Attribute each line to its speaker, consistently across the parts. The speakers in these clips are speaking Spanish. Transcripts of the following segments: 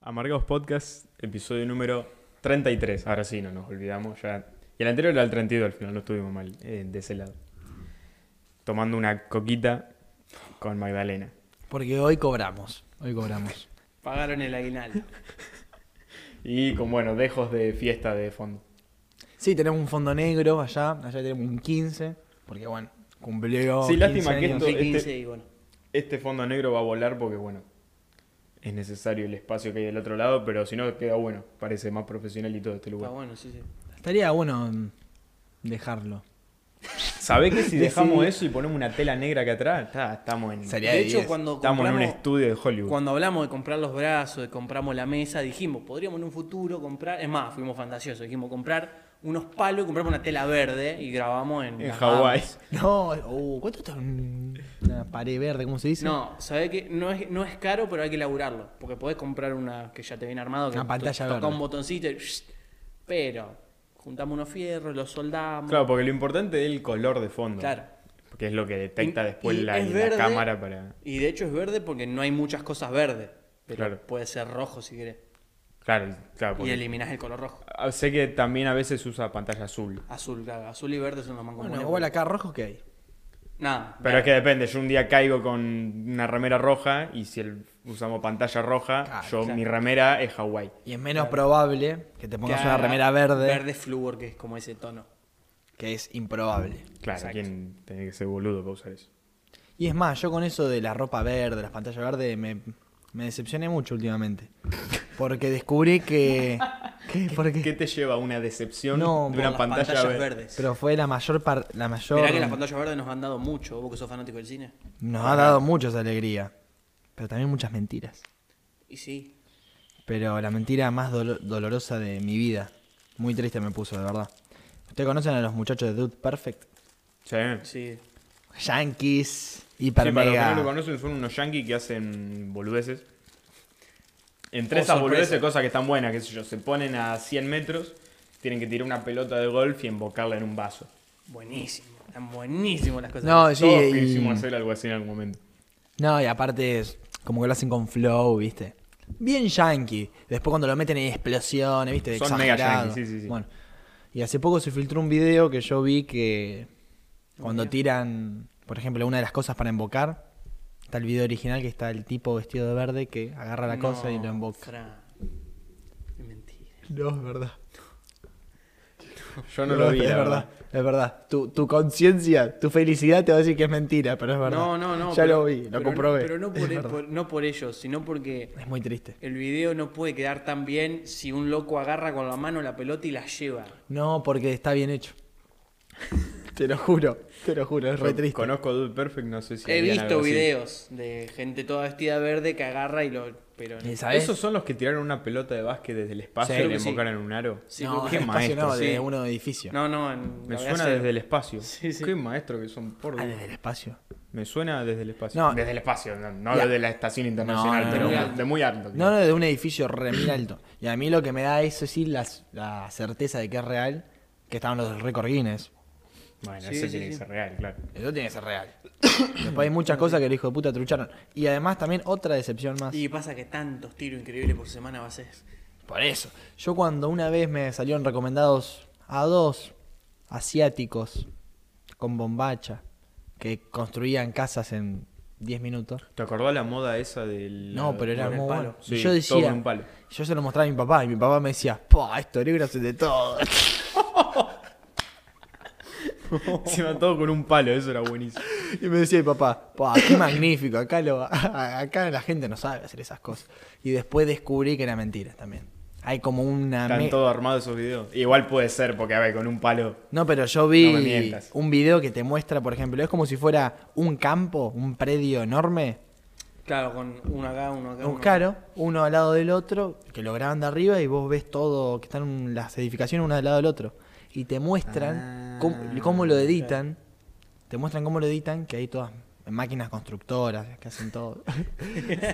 Speaker 1: Amargados Podcast, episodio número 33. Ahora sí, no nos olvidamos ya. Y el anterior era el 32, al final no estuvimos mal eh, de ese lado. Tomando una coquita con Magdalena.
Speaker 2: Porque hoy cobramos. Hoy cobramos.
Speaker 3: Pagaron el aguinaldo.
Speaker 1: Este Y con, bueno, dejos de fiesta de fondo.
Speaker 2: Sí, tenemos un fondo negro allá. Allá tenemos un 15. Porque, bueno, cumplió.
Speaker 1: Sí, lástima
Speaker 2: 15
Speaker 1: que
Speaker 2: años.
Speaker 1: esto-
Speaker 3: Sí, 15
Speaker 1: este-
Speaker 3: y bueno.
Speaker 1: Este fondo negro va a volar porque, bueno, es necesario el espacio que hay del otro lado, pero si no, queda bueno. Parece más profesional y todo este
Speaker 3: Está
Speaker 1: lugar.
Speaker 3: bueno, sí, sí.
Speaker 2: Estaría bueno mm, dejarlo.
Speaker 1: ¿Sabés que si dejamos
Speaker 2: Decidí-
Speaker 1: eso y ponemos una tela negra acá atrás? Está- estamos en,
Speaker 2: Sería
Speaker 3: De
Speaker 2: de
Speaker 3: hecho,
Speaker 2: 10.
Speaker 3: cuando
Speaker 1: estamos en un
Speaker 3: compramos-
Speaker 1: estudio de Hollywood.
Speaker 3: Cuando hablamos de comprar los brazos, de compramos la mesa, dijimos, podríamos en un futuro comprar, es más, fuimos fantasiosos, dijimos comprar unos palos y compramos una tela verde y grabamos en,
Speaker 1: En
Speaker 3: las
Speaker 1: Hawái.
Speaker 3: Bahamas.
Speaker 2: No, uh, ¿cuánto está un- una pared verde? ¿Cómo se dice?
Speaker 3: No, sabés que no es, no es caro, pero hay que laburarlo. Porque podés comprar una que ya te viene armado, que
Speaker 2: Una pantalla
Speaker 3: toca
Speaker 2: verde.
Speaker 3: un botoncito y- pero juntamos unos fierros, los soldamos.
Speaker 1: Claro, porque lo importante es el color de fondo.
Speaker 3: Claro.
Speaker 1: Porque es lo que detecta
Speaker 3: Y-
Speaker 1: después
Speaker 3: y
Speaker 1: la,
Speaker 3: es
Speaker 1: la
Speaker 3: verde.
Speaker 1: cámara para.
Speaker 3: Y de hecho es verde porque no hay muchas cosas verdes. Pero
Speaker 1: Claro.
Speaker 3: puede ser rojo si querés.
Speaker 1: Claro, claro.
Speaker 3: Y
Speaker 1: Porque
Speaker 3: eliminás el color rojo.
Speaker 1: Ah, Sé que también a veces usa pantalla azul.
Speaker 3: Azul, claro. Azul y verde son los más comunes.
Speaker 2: Bueno, igual acá rojos que hay.
Speaker 3: Nada.
Speaker 1: Pero es que depende, yo un día caigo con una remera roja y si el- usamos pantalla roja,
Speaker 2: Claro,
Speaker 1: yo
Speaker 3: claro.
Speaker 1: mi remera es Hawái.
Speaker 2: Y es menos probable que te pongas
Speaker 3: Claro,
Speaker 2: una remera verde,
Speaker 3: Verde flúor, que es como ese tono.
Speaker 2: que es improbable.
Speaker 1: Claro, ¿quién tiene que ser boludo para usar eso?
Speaker 2: Y es más, yo con eso de la ropa verde, las pantallas verdes, me, me decepcioné mucho últimamente. Porque descubrí que. ¿Qué? ¿Por qué?
Speaker 1: ¿Qué te lleva a una decepción
Speaker 2: No,
Speaker 1: de
Speaker 2: por
Speaker 1: una
Speaker 3: las
Speaker 1: pantalla
Speaker 3: pantallas
Speaker 1: verde?
Speaker 3: verdes.
Speaker 2: Pero fue la mayor par- la mayor
Speaker 3: Mirá que las pantallas verdes nos han dado mucho, vos que sos fanático del cine.
Speaker 2: nos ha dado muchas alegría, pero también muchas mentiras.
Speaker 3: Y sí.
Speaker 2: Pero la mentira más dolo- dolorosa de mi vida. Muy triste me puso, de verdad. ¿Ustedes conocen a los muchachos de Dude Perfect?
Speaker 1: Sí.
Speaker 3: Sí.
Speaker 2: Yankees,
Speaker 1: Sí, para
Speaker 2: hiper
Speaker 1: los que
Speaker 2: mega.
Speaker 1: no lo conocen, son unos yankees que hacen boludeces. Entre
Speaker 3: Oh,
Speaker 1: esas
Speaker 3: sorpresa.
Speaker 1: boludeces, cosas que están buenas, qué sé yo, se ponen a 100 metros, tienen que tirar una pelota de golf y embocarla en un vaso.
Speaker 3: Buenísimo. Están buenísimas las cosas.
Speaker 2: No, Ah, sí,
Speaker 1: Todos
Speaker 2: y-
Speaker 1: quisimos hacer algo así en algún momento.
Speaker 2: no, y aparte es como que lo hacen con flow, ¿viste? Bien yankee. Después cuando lo meten en explosiones, ¿viste?
Speaker 1: Son mega
Speaker 2: Exagerado.
Speaker 1: yankees, sí, sí, sí.
Speaker 2: Bueno, y hace poco se filtró un video que yo vi que cuando tiran, por ejemplo, una de las cosas para embocar, está el video original que está el tipo vestido de verde que agarra la cosa y lo
Speaker 3: No,
Speaker 2: emboca.
Speaker 3: Fran. Es mentira.
Speaker 2: No, es verdad.
Speaker 1: Yo no lo vi,
Speaker 2: es
Speaker 1: la
Speaker 2: verdad. Es verdad. Tu, tu conciencia, tu felicidad te va a decir que es mentira, pero es verdad.
Speaker 3: No, no, no.
Speaker 2: Ya
Speaker 3: pero-
Speaker 2: lo vi, lo
Speaker 3: pero-
Speaker 2: comprobé.
Speaker 3: Pero no
Speaker 2: Es
Speaker 3: por, e-
Speaker 2: verdad.
Speaker 3: por- no por ellos, sino porque
Speaker 2: Es muy triste.
Speaker 3: el video no puede quedar tan bien si un loco agarra con la mano la pelota y la lleva.
Speaker 2: No, porque está bien hecho. te lo juro, te lo juro, es
Speaker 1: Yo
Speaker 2: re triste.
Speaker 1: Conozco a Dude Perfect, no sé si.
Speaker 3: He
Speaker 1: harían algo
Speaker 3: visto
Speaker 1: así.
Speaker 3: videos de gente toda vestida verde que agarra y lo. Pero no.
Speaker 2: ¿Y sabes?
Speaker 1: Esos son los que tiraron una pelota de básquet desde el espacio
Speaker 2: Sí,
Speaker 1: y
Speaker 3: creo
Speaker 1: le
Speaker 3: que sí.
Speaker 1: embocaron en un aro.
Speaker 3: Sí,
Speaker 2: no,
Speaker 1: qué
Speaker 2: qué
Speaker 1: maestro.
Speaker 2: no,
Speaker 3: sí.
Speaker 2: de uno de edificio.
Speaker 3: No, no, en-
Speaker 1: Me
Speaker 3: la voy a
Speaker 1: suena
Speaker 3: hacer.
Speaker 1: desde el espacio.
Speaker 3: Sí, sí.
Speaker 1: Qué maestro que son, por
Speaker 2: Ah,
Speaker 1: Dios.
Speaker 2: desde el espacio.
Speaker 1: Me suena desde el espacio.
Speaker 2: No.
Speaker 1: desde el espacio, no, no
Speaker 2: La-
Speaker 1: desde la estación internacional,
Speaker 2: No, no,
Speaker 1: pero
Speaker 3: no,
Speaker 1: de-
Speaker 3: no.
Speaker 1: de muy alto.
Speaker 2: No, no, de un edificio re mil alto. Y a mí lo que me da eso sí la, la certeza de que es real, que estaban los del récord Guinness.
Speaker 1: Bueno,
Speaker 3: Sí,
Speaker 1: eso
Speaker 3: sí,
Speaker 1: tiene que
Speaker 3: sí.
Speaker 1: ser real, claro.
Speaker 2: Eso tiene que ser real. Después hay muchas cosas que el hijo de puta trucharon. Y además también otra decepción más.
Speaker 3: Y pasa que tantos tiros increíbles por semana va a ser.
Speaker 2: Por eso. Yo cuando una vez me salieron recomendados a dos asiáticos con bombacha que construían casas en 10 minutos.
Speaker 1: ¿Te acordás la moda esa del.
Speaker 2: No, pero era
Speaker 3: con el
Speaker 2: muy
Speaker 3: palo.
Speaker 2: bueno. Y
Speaker 1: Sí,
Speaker 2: yo
Speaker 1: todo
Speaker 2: decía,
Speaker 1: con un palo.
Speaker 2: yo se lo mostraba a mi papá y mi papá me decía, "Pah, estos negros hacen de todo."
Speaker 1: Encima todo con un palo, eso era buenísimo.
Speaker 2: Y me decía mi papá, "Pah, qué magnífico, acá lo acá la gente no sabe hacer esas cosas." Y después descubrí que era mentira también. Hay como una
Speaker 1: Están
Speaker 2: me-
Speaker 1: todos armados esos videos. Igual puede ser, porque a ver, con un palo.
Speaker 2: No, pero yo vi
Speaker 1: No me mientas.
Speaker 2: un video que te muestra, por ejemplo, es como si fuera un campo, un predio enorme,
Speaker 3: Claro, con uno acá, uno acá.
Speaker 2: un
Speaker 3: uno acá.
Speaker 2: caro, uno al lado del otro, que lo graban de arriba y vos ves todo, que están las edificaciones una al lado del otro. Y te muestran cómo, cómo lo editan, te muestran cómo lo editan, que hay todas máquinas constructoras que hacen todo.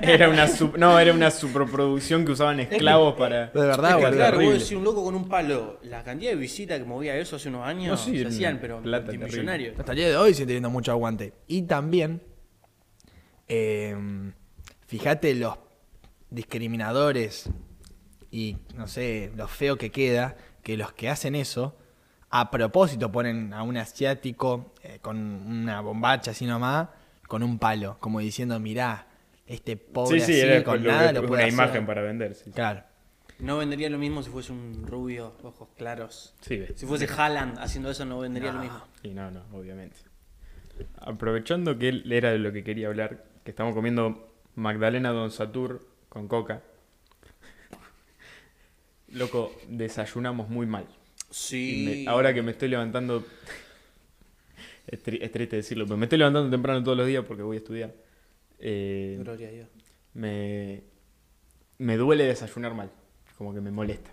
Speaker 1: Era una sup- no, era una superproducción que usaban esclavos para.
Speaker 2: De verdad,
Speaker 3: Es que,
Speaker 2: boludo.
Speaker 3: claro,
Speaker 1: Terrible.
Speaker 3: vos decís un loco con un palo. La cantidad de visitas que movía eso hace unos años
Speaker 1: No, sí,
Speaker 3: se hacían, pero
Speaker 1: plata terrible.
Speaker 3: multimillonarios.
Speaker 2: Hasta el día de hoy sigue teniendo mucho aguante. Y también, eh, em, fíjate los discriminadores y no sé, lo feo que queda, que los que hacen eso, a propósito ponen a un asiático eh, con una bombacha así nomás, con un palo, como diciendo, mirá, este pobre
Speaker 1: Sí, sí,
Speaker 2: así,
Speaker 1: era
Speaker 2: con
Speaker 1: lo-
Speaker 2: nada lo
Speaker 1: una
Speaker 2: puede hacer".
Speaker 1: imagen para vender. Sí, sí.
Speaker 2: Claro.
Speaker 3: No vendería lo mismo si fuese un rubio, ojos claros.
Speaker 1: Sí, Ah. ves.
Speaker 3: Si fuese Haaland haciendo eso, no vendería lo mismo.
Speaker 1: Y no, no, obviamente. Aprovechando que él era de lo que quería hablar, que estamos comiendo Magdalena Don Satur con coca. Loco, desayunamos muy mal. Y me-
Speaker 3: Sí.
Speaker 1: ahora que me estoy levantando. Es, tri- es triste decirlo, pero me estoy levantando temprano todos los días porque voy a estudiar. Eh,
Speaker 3: Gloria a Dios.
Speaker 1: me, me duele desayunar mal. Como que me molesta.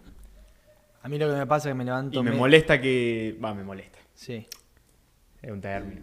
Speaker 2: A mí lo que me pasa es que me levanto...
Speaker 1: Y me
Speaker 2: me-
Speaker 1: molesta que. Va, me molesta.
Speaker 2: Sí.
Speaker 1: Es un término.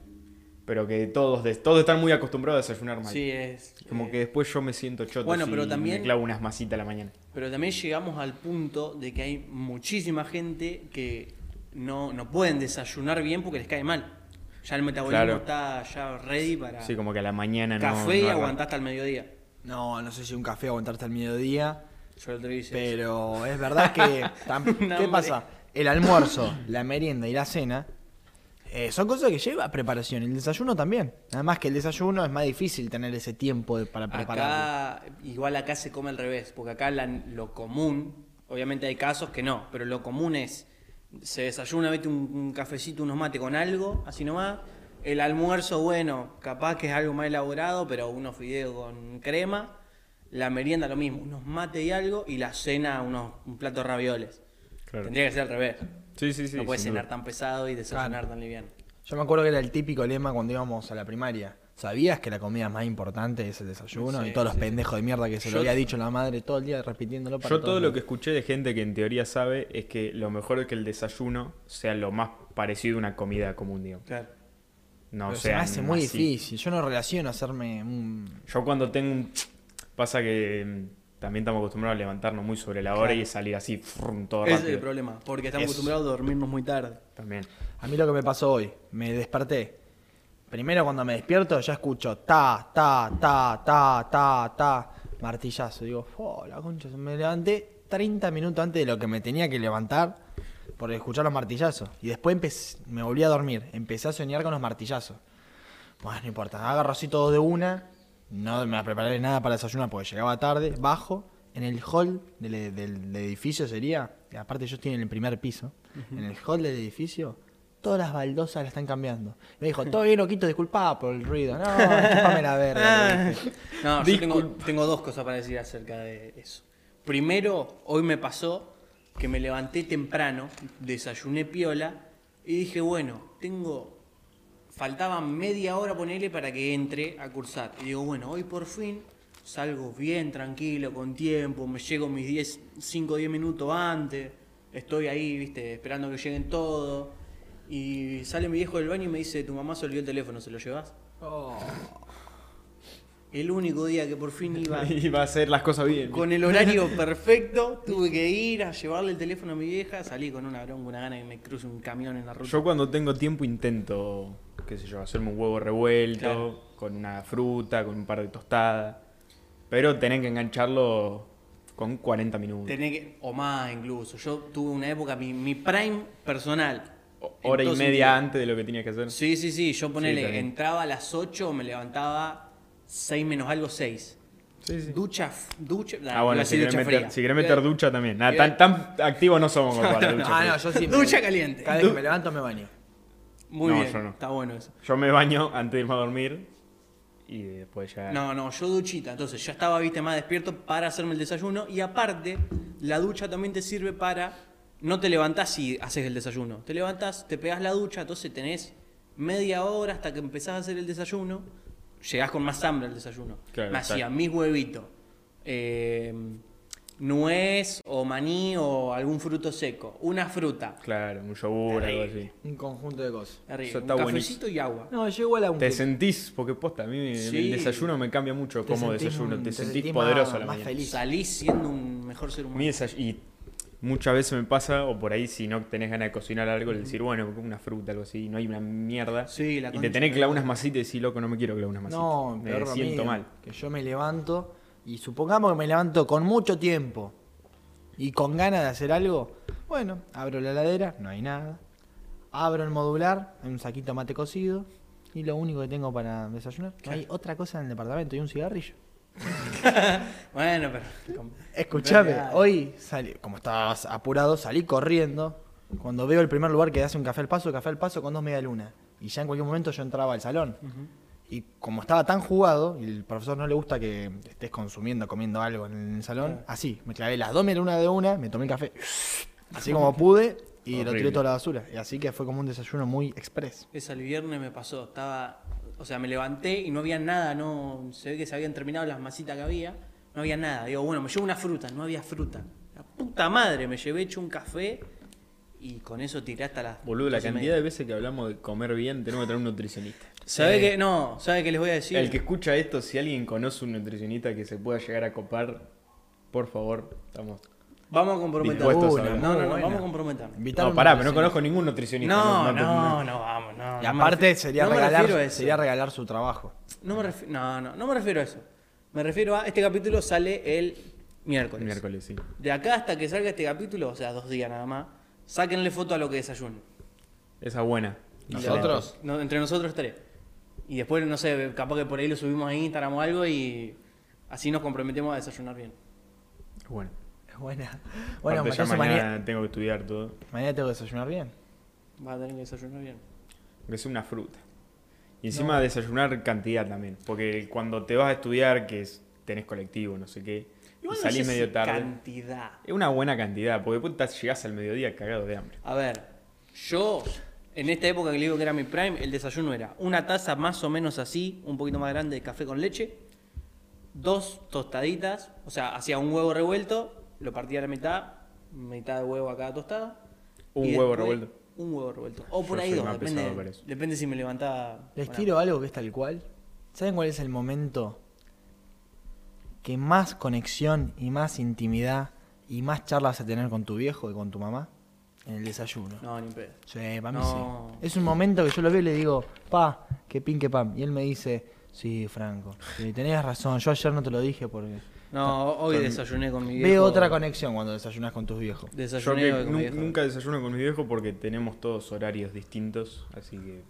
Speaker 1: Pero que todos, des- todos están muy acostumbrados a desayunar mal.
Speaker 3: Sí, es.
Speaker 1: Como
Speaker 3: eh,
Speaker 1: que después yo me siento choto
Speaker 3: Bueno,
Speaker 1: si
Speaker 3: pero también-
Speaker 1: me clavo unas masitas a la mañana.
Speaker 3: Pero también llegamos al punto de que hay muchísima gente que no, no pueden desayunar bien porque les cae mal. Ya el metabolismo
Speaker 1: Claro.
Speaker 3: está ya ready para
Speaker 1: Sí, como que a la mañana no-
Speaker 3: café
Speaker 1: no.
Speaker 3: y
Speaker 1: arranca.
Speaker 3: aguantar hasta el mediodía.
Speaker 2: No, no sé si un café aguantarte al mediodía,
Speaker 3: Yo lo otro día hice eso.
Speaker 2: pero es verdad que... tam-
Speaker 3: Un
Speaker 2: ¿Qué
Speaker 3: hambre.
Speaker 2: pasa? El almuerzo, la merienda y la cena eh, son cosas que lleva preparación. El desayuno también. Nada más que el desayuno es más difícil tener ese tiempo de- para prepararlo.
Speaker 3: Acá, igual acá se come al revés, porque acá la- lo común, obviamente hay casos que no, pero lo común es, se desayuna, vete un, un cafecito, unos mate con algo, así nomás. El almuerzo, bueno, capaz que es algo más elaborado, pero unos fideos con crema. La merienda lo mismo, unos mate y algo, y la cena unos, un plato de ravioles.
Speaker 1: Claro.
Speaker 3: Tendría que ser al revés.
Speaker 1: Sí, sí, sí.
Speaker 3: no puedes
Speaker 1: sin
Speaker 3: cenar
Speaker 1: duda.
Speaker 3: tan pesado y desayunar
Speaker 2: Claro.
Speaker 3: tan liviano.
Speaker 2: Yo me acuerdo que era el típico lema cuando íbamos a la primaria. ¿Sabías que la comida más importante es el desayuno?
Speaker 3: Sí,
Speaker 2: y todos los
Speaker 3: sí, sí.
Speaker 2: pendejos de mierda que se lo
Speaker 1: Yo-
Speaker 2: había dicho la madre todo el día repitiéndolo para
Speaker 1: Yo todo
Speaker 2: todos
Speaker 1: lo
Speaker 2: lados.
Speaker 1: que escuché de gente que en teoría sabe es que lo mejor es que el desayuno sea lo más parecido a una comida común, digamos.
Speaker 3: Claro.
Speaker 1: No
Speaker 2: Pero se me
Speaker 1: sea
Speaker 2: hace muy
Speaker 1: así.
Speaker 2: difícil. Yo no relaciono hacerme un...
Speaker 1: Yo cuando tengo un... Pasa que mm, también estamos acostumbrados a levantarnos muy sobre la hora
Speaker 3: Claro.
Speaker 1: y salir así, frum, todo
Speaker 3: Ese
Speaker 1: rápido.
Speaker 3: es el problema, porque estamos
Speaker 1: Eso.
Speaker 3: acostumbrados a dormirnos muy tarde.
Speaker 1: También.
Speaker 2: A mí lo que me pasó hoy, me desperté. Primero cuando me despierto ya escucho ta, ta, ta, ta, ta, ta, martillazo. Digo, "Fo, la concha, me levanté 30 minutos antes de lo que me tenía que levantar por escuchar los martillazos. Y después empe- me volví a dormir, empecé a soñar con los martillazos. Bueno, no importa, agarro así todo de una, no me preparé nada para desayunar porque llegaba tarde, bajo, en el hall del, del- del edificio sería, y aparte yo estoy en el primer piso, en el hall del edificio, todas las baldosas las están cambiando. Me dijo, todo bien loquito, disculpa por el ruido, no, chúpame la
Speaker 3: Ah.
Speaker 2: verga. le dije.
Speaker 3: No, yo tengo, tengo dos cosas para decir acerca de eso. Primero, hoy me pasó que me levanté temprano, desayuné piola y dije, bueno, tengo. Faltaba media hora ponerle para que entre a cursar. Y digo, bueno, hoy por fin salgo bien, tranquilo, con tiempo, me llego mis 10, 5 o 10 minutos antes, estoy ahí, viste, esperando que lleguen todos. Y sale mi viejo del baño y me dice, tu mamá se olvidó el teléfono, ¿se lo llevas? El único día que por fin iba
Speaker 1: Y va a hacer las cosas bien.
Speaker 3: con el horario perfecto, tuve que ir a llevarle el teléfono a mi vieja, salí con una bronca, una gana que me cruce un camión en la ruta.
Speaker 1: Yo cuando tengo tiempo intento, qué sé yo, hacerme un huevo revuelto,
Speaker 3: Claro.
Speaker 1: con una fruta, con un par de tostadas. Pero tenés que engancharlo con 40 minutos.
Speaker 3: Tenés que, o más incluso, yo tuve una época, mi, mi prime personal.
Speaker 1: O- Hora y
Speaker 3: Entonces,
Speaker 1: media
Speaker 3: un día-
Speaker 1: antes de lo que tenía que hacer.
Speaker 3: Sí, sí, sí, yo ponele,
Speaker 1: Sí, también.
Speaker 3: entraba a las 8, me levantaba 6 menos algo 6.
Speaker 1: Sí, sí.
Speaker 3: Ducha, f- ducha,
Speaker 1: Ah, bueno, si querés, meter, si querés meter ducha también. Nada,
Speaker 3: Bien.
Speaker 1: tan, tan activos no somos como para la ducha
Speaker 2: Ah,
Speaker 1: fría.
Speaker 2: no, yo sí. me-
Speaker 3: Ducha caliente.
Speaker 2: Cada vez que me levanto me baño.
Speaker 3: Muy
Speaker 1: No,
Speaker 3: bien,
Speaker 1: yo no.
Speaker 3: está bueno eso.
Speaker 1: Yo me baño antes de irme a dormir y después ya.
Speaker 3: No, no, yo duchita, entonces ya estaba, viste, más despierto para hacerme el desayuno y aparte la ducha también te sirve para, no te levantás y haces el desayuno, te levantás, te pegás la ducha, entonces tenés media hora hasta que empezás a hacer el desayuno, llegás con más hambre al desayuno.
Speaker 1: Claro,
Speaker 3: Me
Speaker 1: exacto.
Speaker 3: hacía mis huevitos, eh, nuez o maní o algún fruto seco, una fruta,
Speaker 1: Claro, un yogur, algo así.
Speaker 3: Terrible.
Speaker 2: Un conjunto de cosas.
Speaker 3: arriba,
Speaker 1: Eso
Speaker 3: un
Speaker 1: está
Speaker 3: cafecito
Speaker 1: buenísimo.
Speaker 3: y agua.
Speaker 2: No, yo igual a un...
Speaker 1: Te sentís, porque posta, a mí me-
Speaker 3: Sí.
Speaker 1: el desayuno me cambia mucho
Speaker 2: Te
Speaker 1: como
Speaker 2: sentís
Speaker 1: desayuno.
Speaker 2: un-
Speaker 1: Te,
Speaker 2: te
Speaker 1: sentís,
Speaker 2: sentís más-
Speaker 1: poderoso a la
Speaker 2: más
Speaker 1: mañana.
Speaker 2: feliz.
Speaker 3: Salís siendo un mejor ser
Speaker 1: A mí
Speaker 3: humano.
Speaker 1: desay- y muchas veces me pasa, o por ahí si no tenés ganas de cocinar algo, el decir, bueno, como una fruta, algo así, no hay una mierda.
Speaker 3: Sí,
Speaker 1: y
Speaker 3: la
Speaker 1: te
Speaker 3: concha.
Speaker 1: tenés que clavar unas masitas y decís, loco, no me quiero clavar unas masitas.
Speaker 2: No,
Speaker 1: me
Speaker 2: peor
Speaker 1: siento
Speaker 2: remedio,
Speaker 1: mal.
Speaker 2: Que yo me levanto, y supongamos que me levanto con mucho tiempo y con ganas de hacer algo, bueno, abro la heladera, no hay nada. Abro el modular, hay un saquito de mate cocido y lo único que tengo para desayunar, no hay otra cosa en el departamento, y un cigarrillo.
Speaker 3: Bueno, pero. com-
Speaker 2: Escuchame,
Speaker 3: comprate algo.
Speaker 2: hoy salí, como estabas apurado, salí corriendo. Cuando veo el primer lugar que hace un café al paso, café al paso con dos media luna. Y ya en cualquier momento yo entraba al salón. Y como estaba tan jugado, y el profesor no le gusta que estés consumiendo, comiendo algo en el salón, así, me clavé las dos media luna de una, me tomé el café, así como pude, y lo tiré
Speaker 1: Horrible.
Speaker 2: toda la basura. Y así que fue como un desayuno muy express.
Speaker 3: Eso el viernes me pasó, estaba, o sea, me levanté y no había nada, no, se ve que se habían terminado las masitas que había, no había nada. Digo, bueno, me llevo una fruta, no había fruta. La puta madre, me llevé hecho un café y con eso tiré hasta las
Speaker 1: Boludo, la
Speaker 3: doce y
Speaker 1: cantidad
Speaker 3: media.
Speaker 1: de veces que hablamos de comer bien, tenemos que tener un nutricionista.
Speaker 3: ¿Sabe
Speaker 2: Sí.
Speaker 3: qué? No, ¿sabe qué les voy a decir?
Speaker 1: El que escucha esto, si alguien conoce un nutricionista que se pueda llegar a copar, por favor, estamos.
Speaker 3: Vamos a comprometernos.
Speaker 1: Dispuestos a
Speaker 3: no,
Speaker 1: hablar.
Speaker 3: no, no,
Speaker 2: Muy buena.
Speaker 3: vamos a comprometernos.
Speaker 2: Invitar a
Speaker 1: No,
Speaker 2: un
Speaker 1: pará, pero no
Speaker 2: nutricionista.
Speaker 1: conozco ningún nutricionista.
Speaker 3: No,
Speaker 1: te-
Speaker 3: no, no, vamos, no.
Speaker 2: Y
Speaker 3: no me
Speaker 2: aparte
Speaker 3: refiero-
Speaker 2: sería,
Speaker 3: no me refiero a
Speaker 2: regalar,
Speaker 3: eso.
Speaker 2: sería regalar su trabajo.
Speaker 3: No me, refi- no, no, no me refiero a eso. Me refiero a este capítulo sale el miércoles.
Speaker 1: Miércoles, sí.
Speaker 3: De acá hasta que salga este capítulo, o sea, dos días nada más, sáquenle foto a lo que desayunen.
Speaker 1: Esa buena.
Speaker 3: Y
Speaker 2: ¿Nosotros?
Speaker 3: la- no, entre nosotros tres. Y después, no sé, capaz que por ahí lo subimos a Instagram o algo y así nos comprometemos a desayunar bien.
Speaker 1: Bueno.
Speaker 2: Es buena.
Speaker 1: Bueno,
Speaker 2: Bueno,
Speaker 1: ya
Speaker 2: Matías,
Speaker 1: mañana
Speaker 2: mañana,
Speaker 1: tengo que estudiar todo.
Speaker 2: mañana tengo que desayunar bien.
Speaker 3: Va a tener que desayunar bien.
Speaker 1: Que es una fruta. Y encima desayunar cantidad también. Porque cuando te vas a estudiar, que es- tenés colectivo, no sé qué, y
Speaker 3: Igual no
Speaker 1: salís
Speaker 3: sé
Speaker 1: medio
Speaker 3: si
Speaker 1: tarde.
Speaker 3: Cantidad.
Speaker 1: Es una buena cantidad, porque después te llegás al mediodía cagado de hambre.
Speaker 3: A ver, yo, en esta época que le digo que era mi prime, el desayuno era una taza más o menos así, un poquito más grande de café con leche, dos tostaditas, o sea, hacía un huevo revuelto, lo partía a la mitad, mitad de huevo a cada tostada.
Speaker 1: Un
Speaker 3: y
Speaker 1: huevo
Speaker 3: después
Speaker 1: revuelto.
Speaker 3: Un huevo revuelto. O
Speaker 1: Yo
Speaker 3: por ahí
Speaker 1: soy
Speaker 3: dos,
Speaker 1: más pesado para
Speaker 3: depende,
Speaker 1: eso.
Speaker 3: depende si me levantaba.
Speaker 2: Les
Speaker 3: bueno,
Speaker 2: tiro algo que es tal cual. ¿Saben cuál es el momento que más conexión y más intimidad y más charlas vas a tener con tu viejo y con tu mamá? En el desayuno.
Speaker 3: No, ni pedo.
Speaker 2: Sí, para mí
Speaker 3: No.
Speaker 2: sí. Es un momento que yo lo veo y le digo, pa, que pin, que pam. Y él me dice, sí, Franco, eh, tenías razón, yo ayer no te lo dije porque...
Speaker 3: No, hoy desayuné con mi viejo.
Speaker 2: Veo otra conexión cuando desayunas con tus viejos.
Speaker 1: Yo
Speaker 3: Desayuné
Speaker 1: que
Speaker 3: hoy con mi
Speaker 1: nu-
Speaker 3: viejo.
Speaker 1: nunca desayuno con mis viejos porque tenemos todos horarios distintos, así que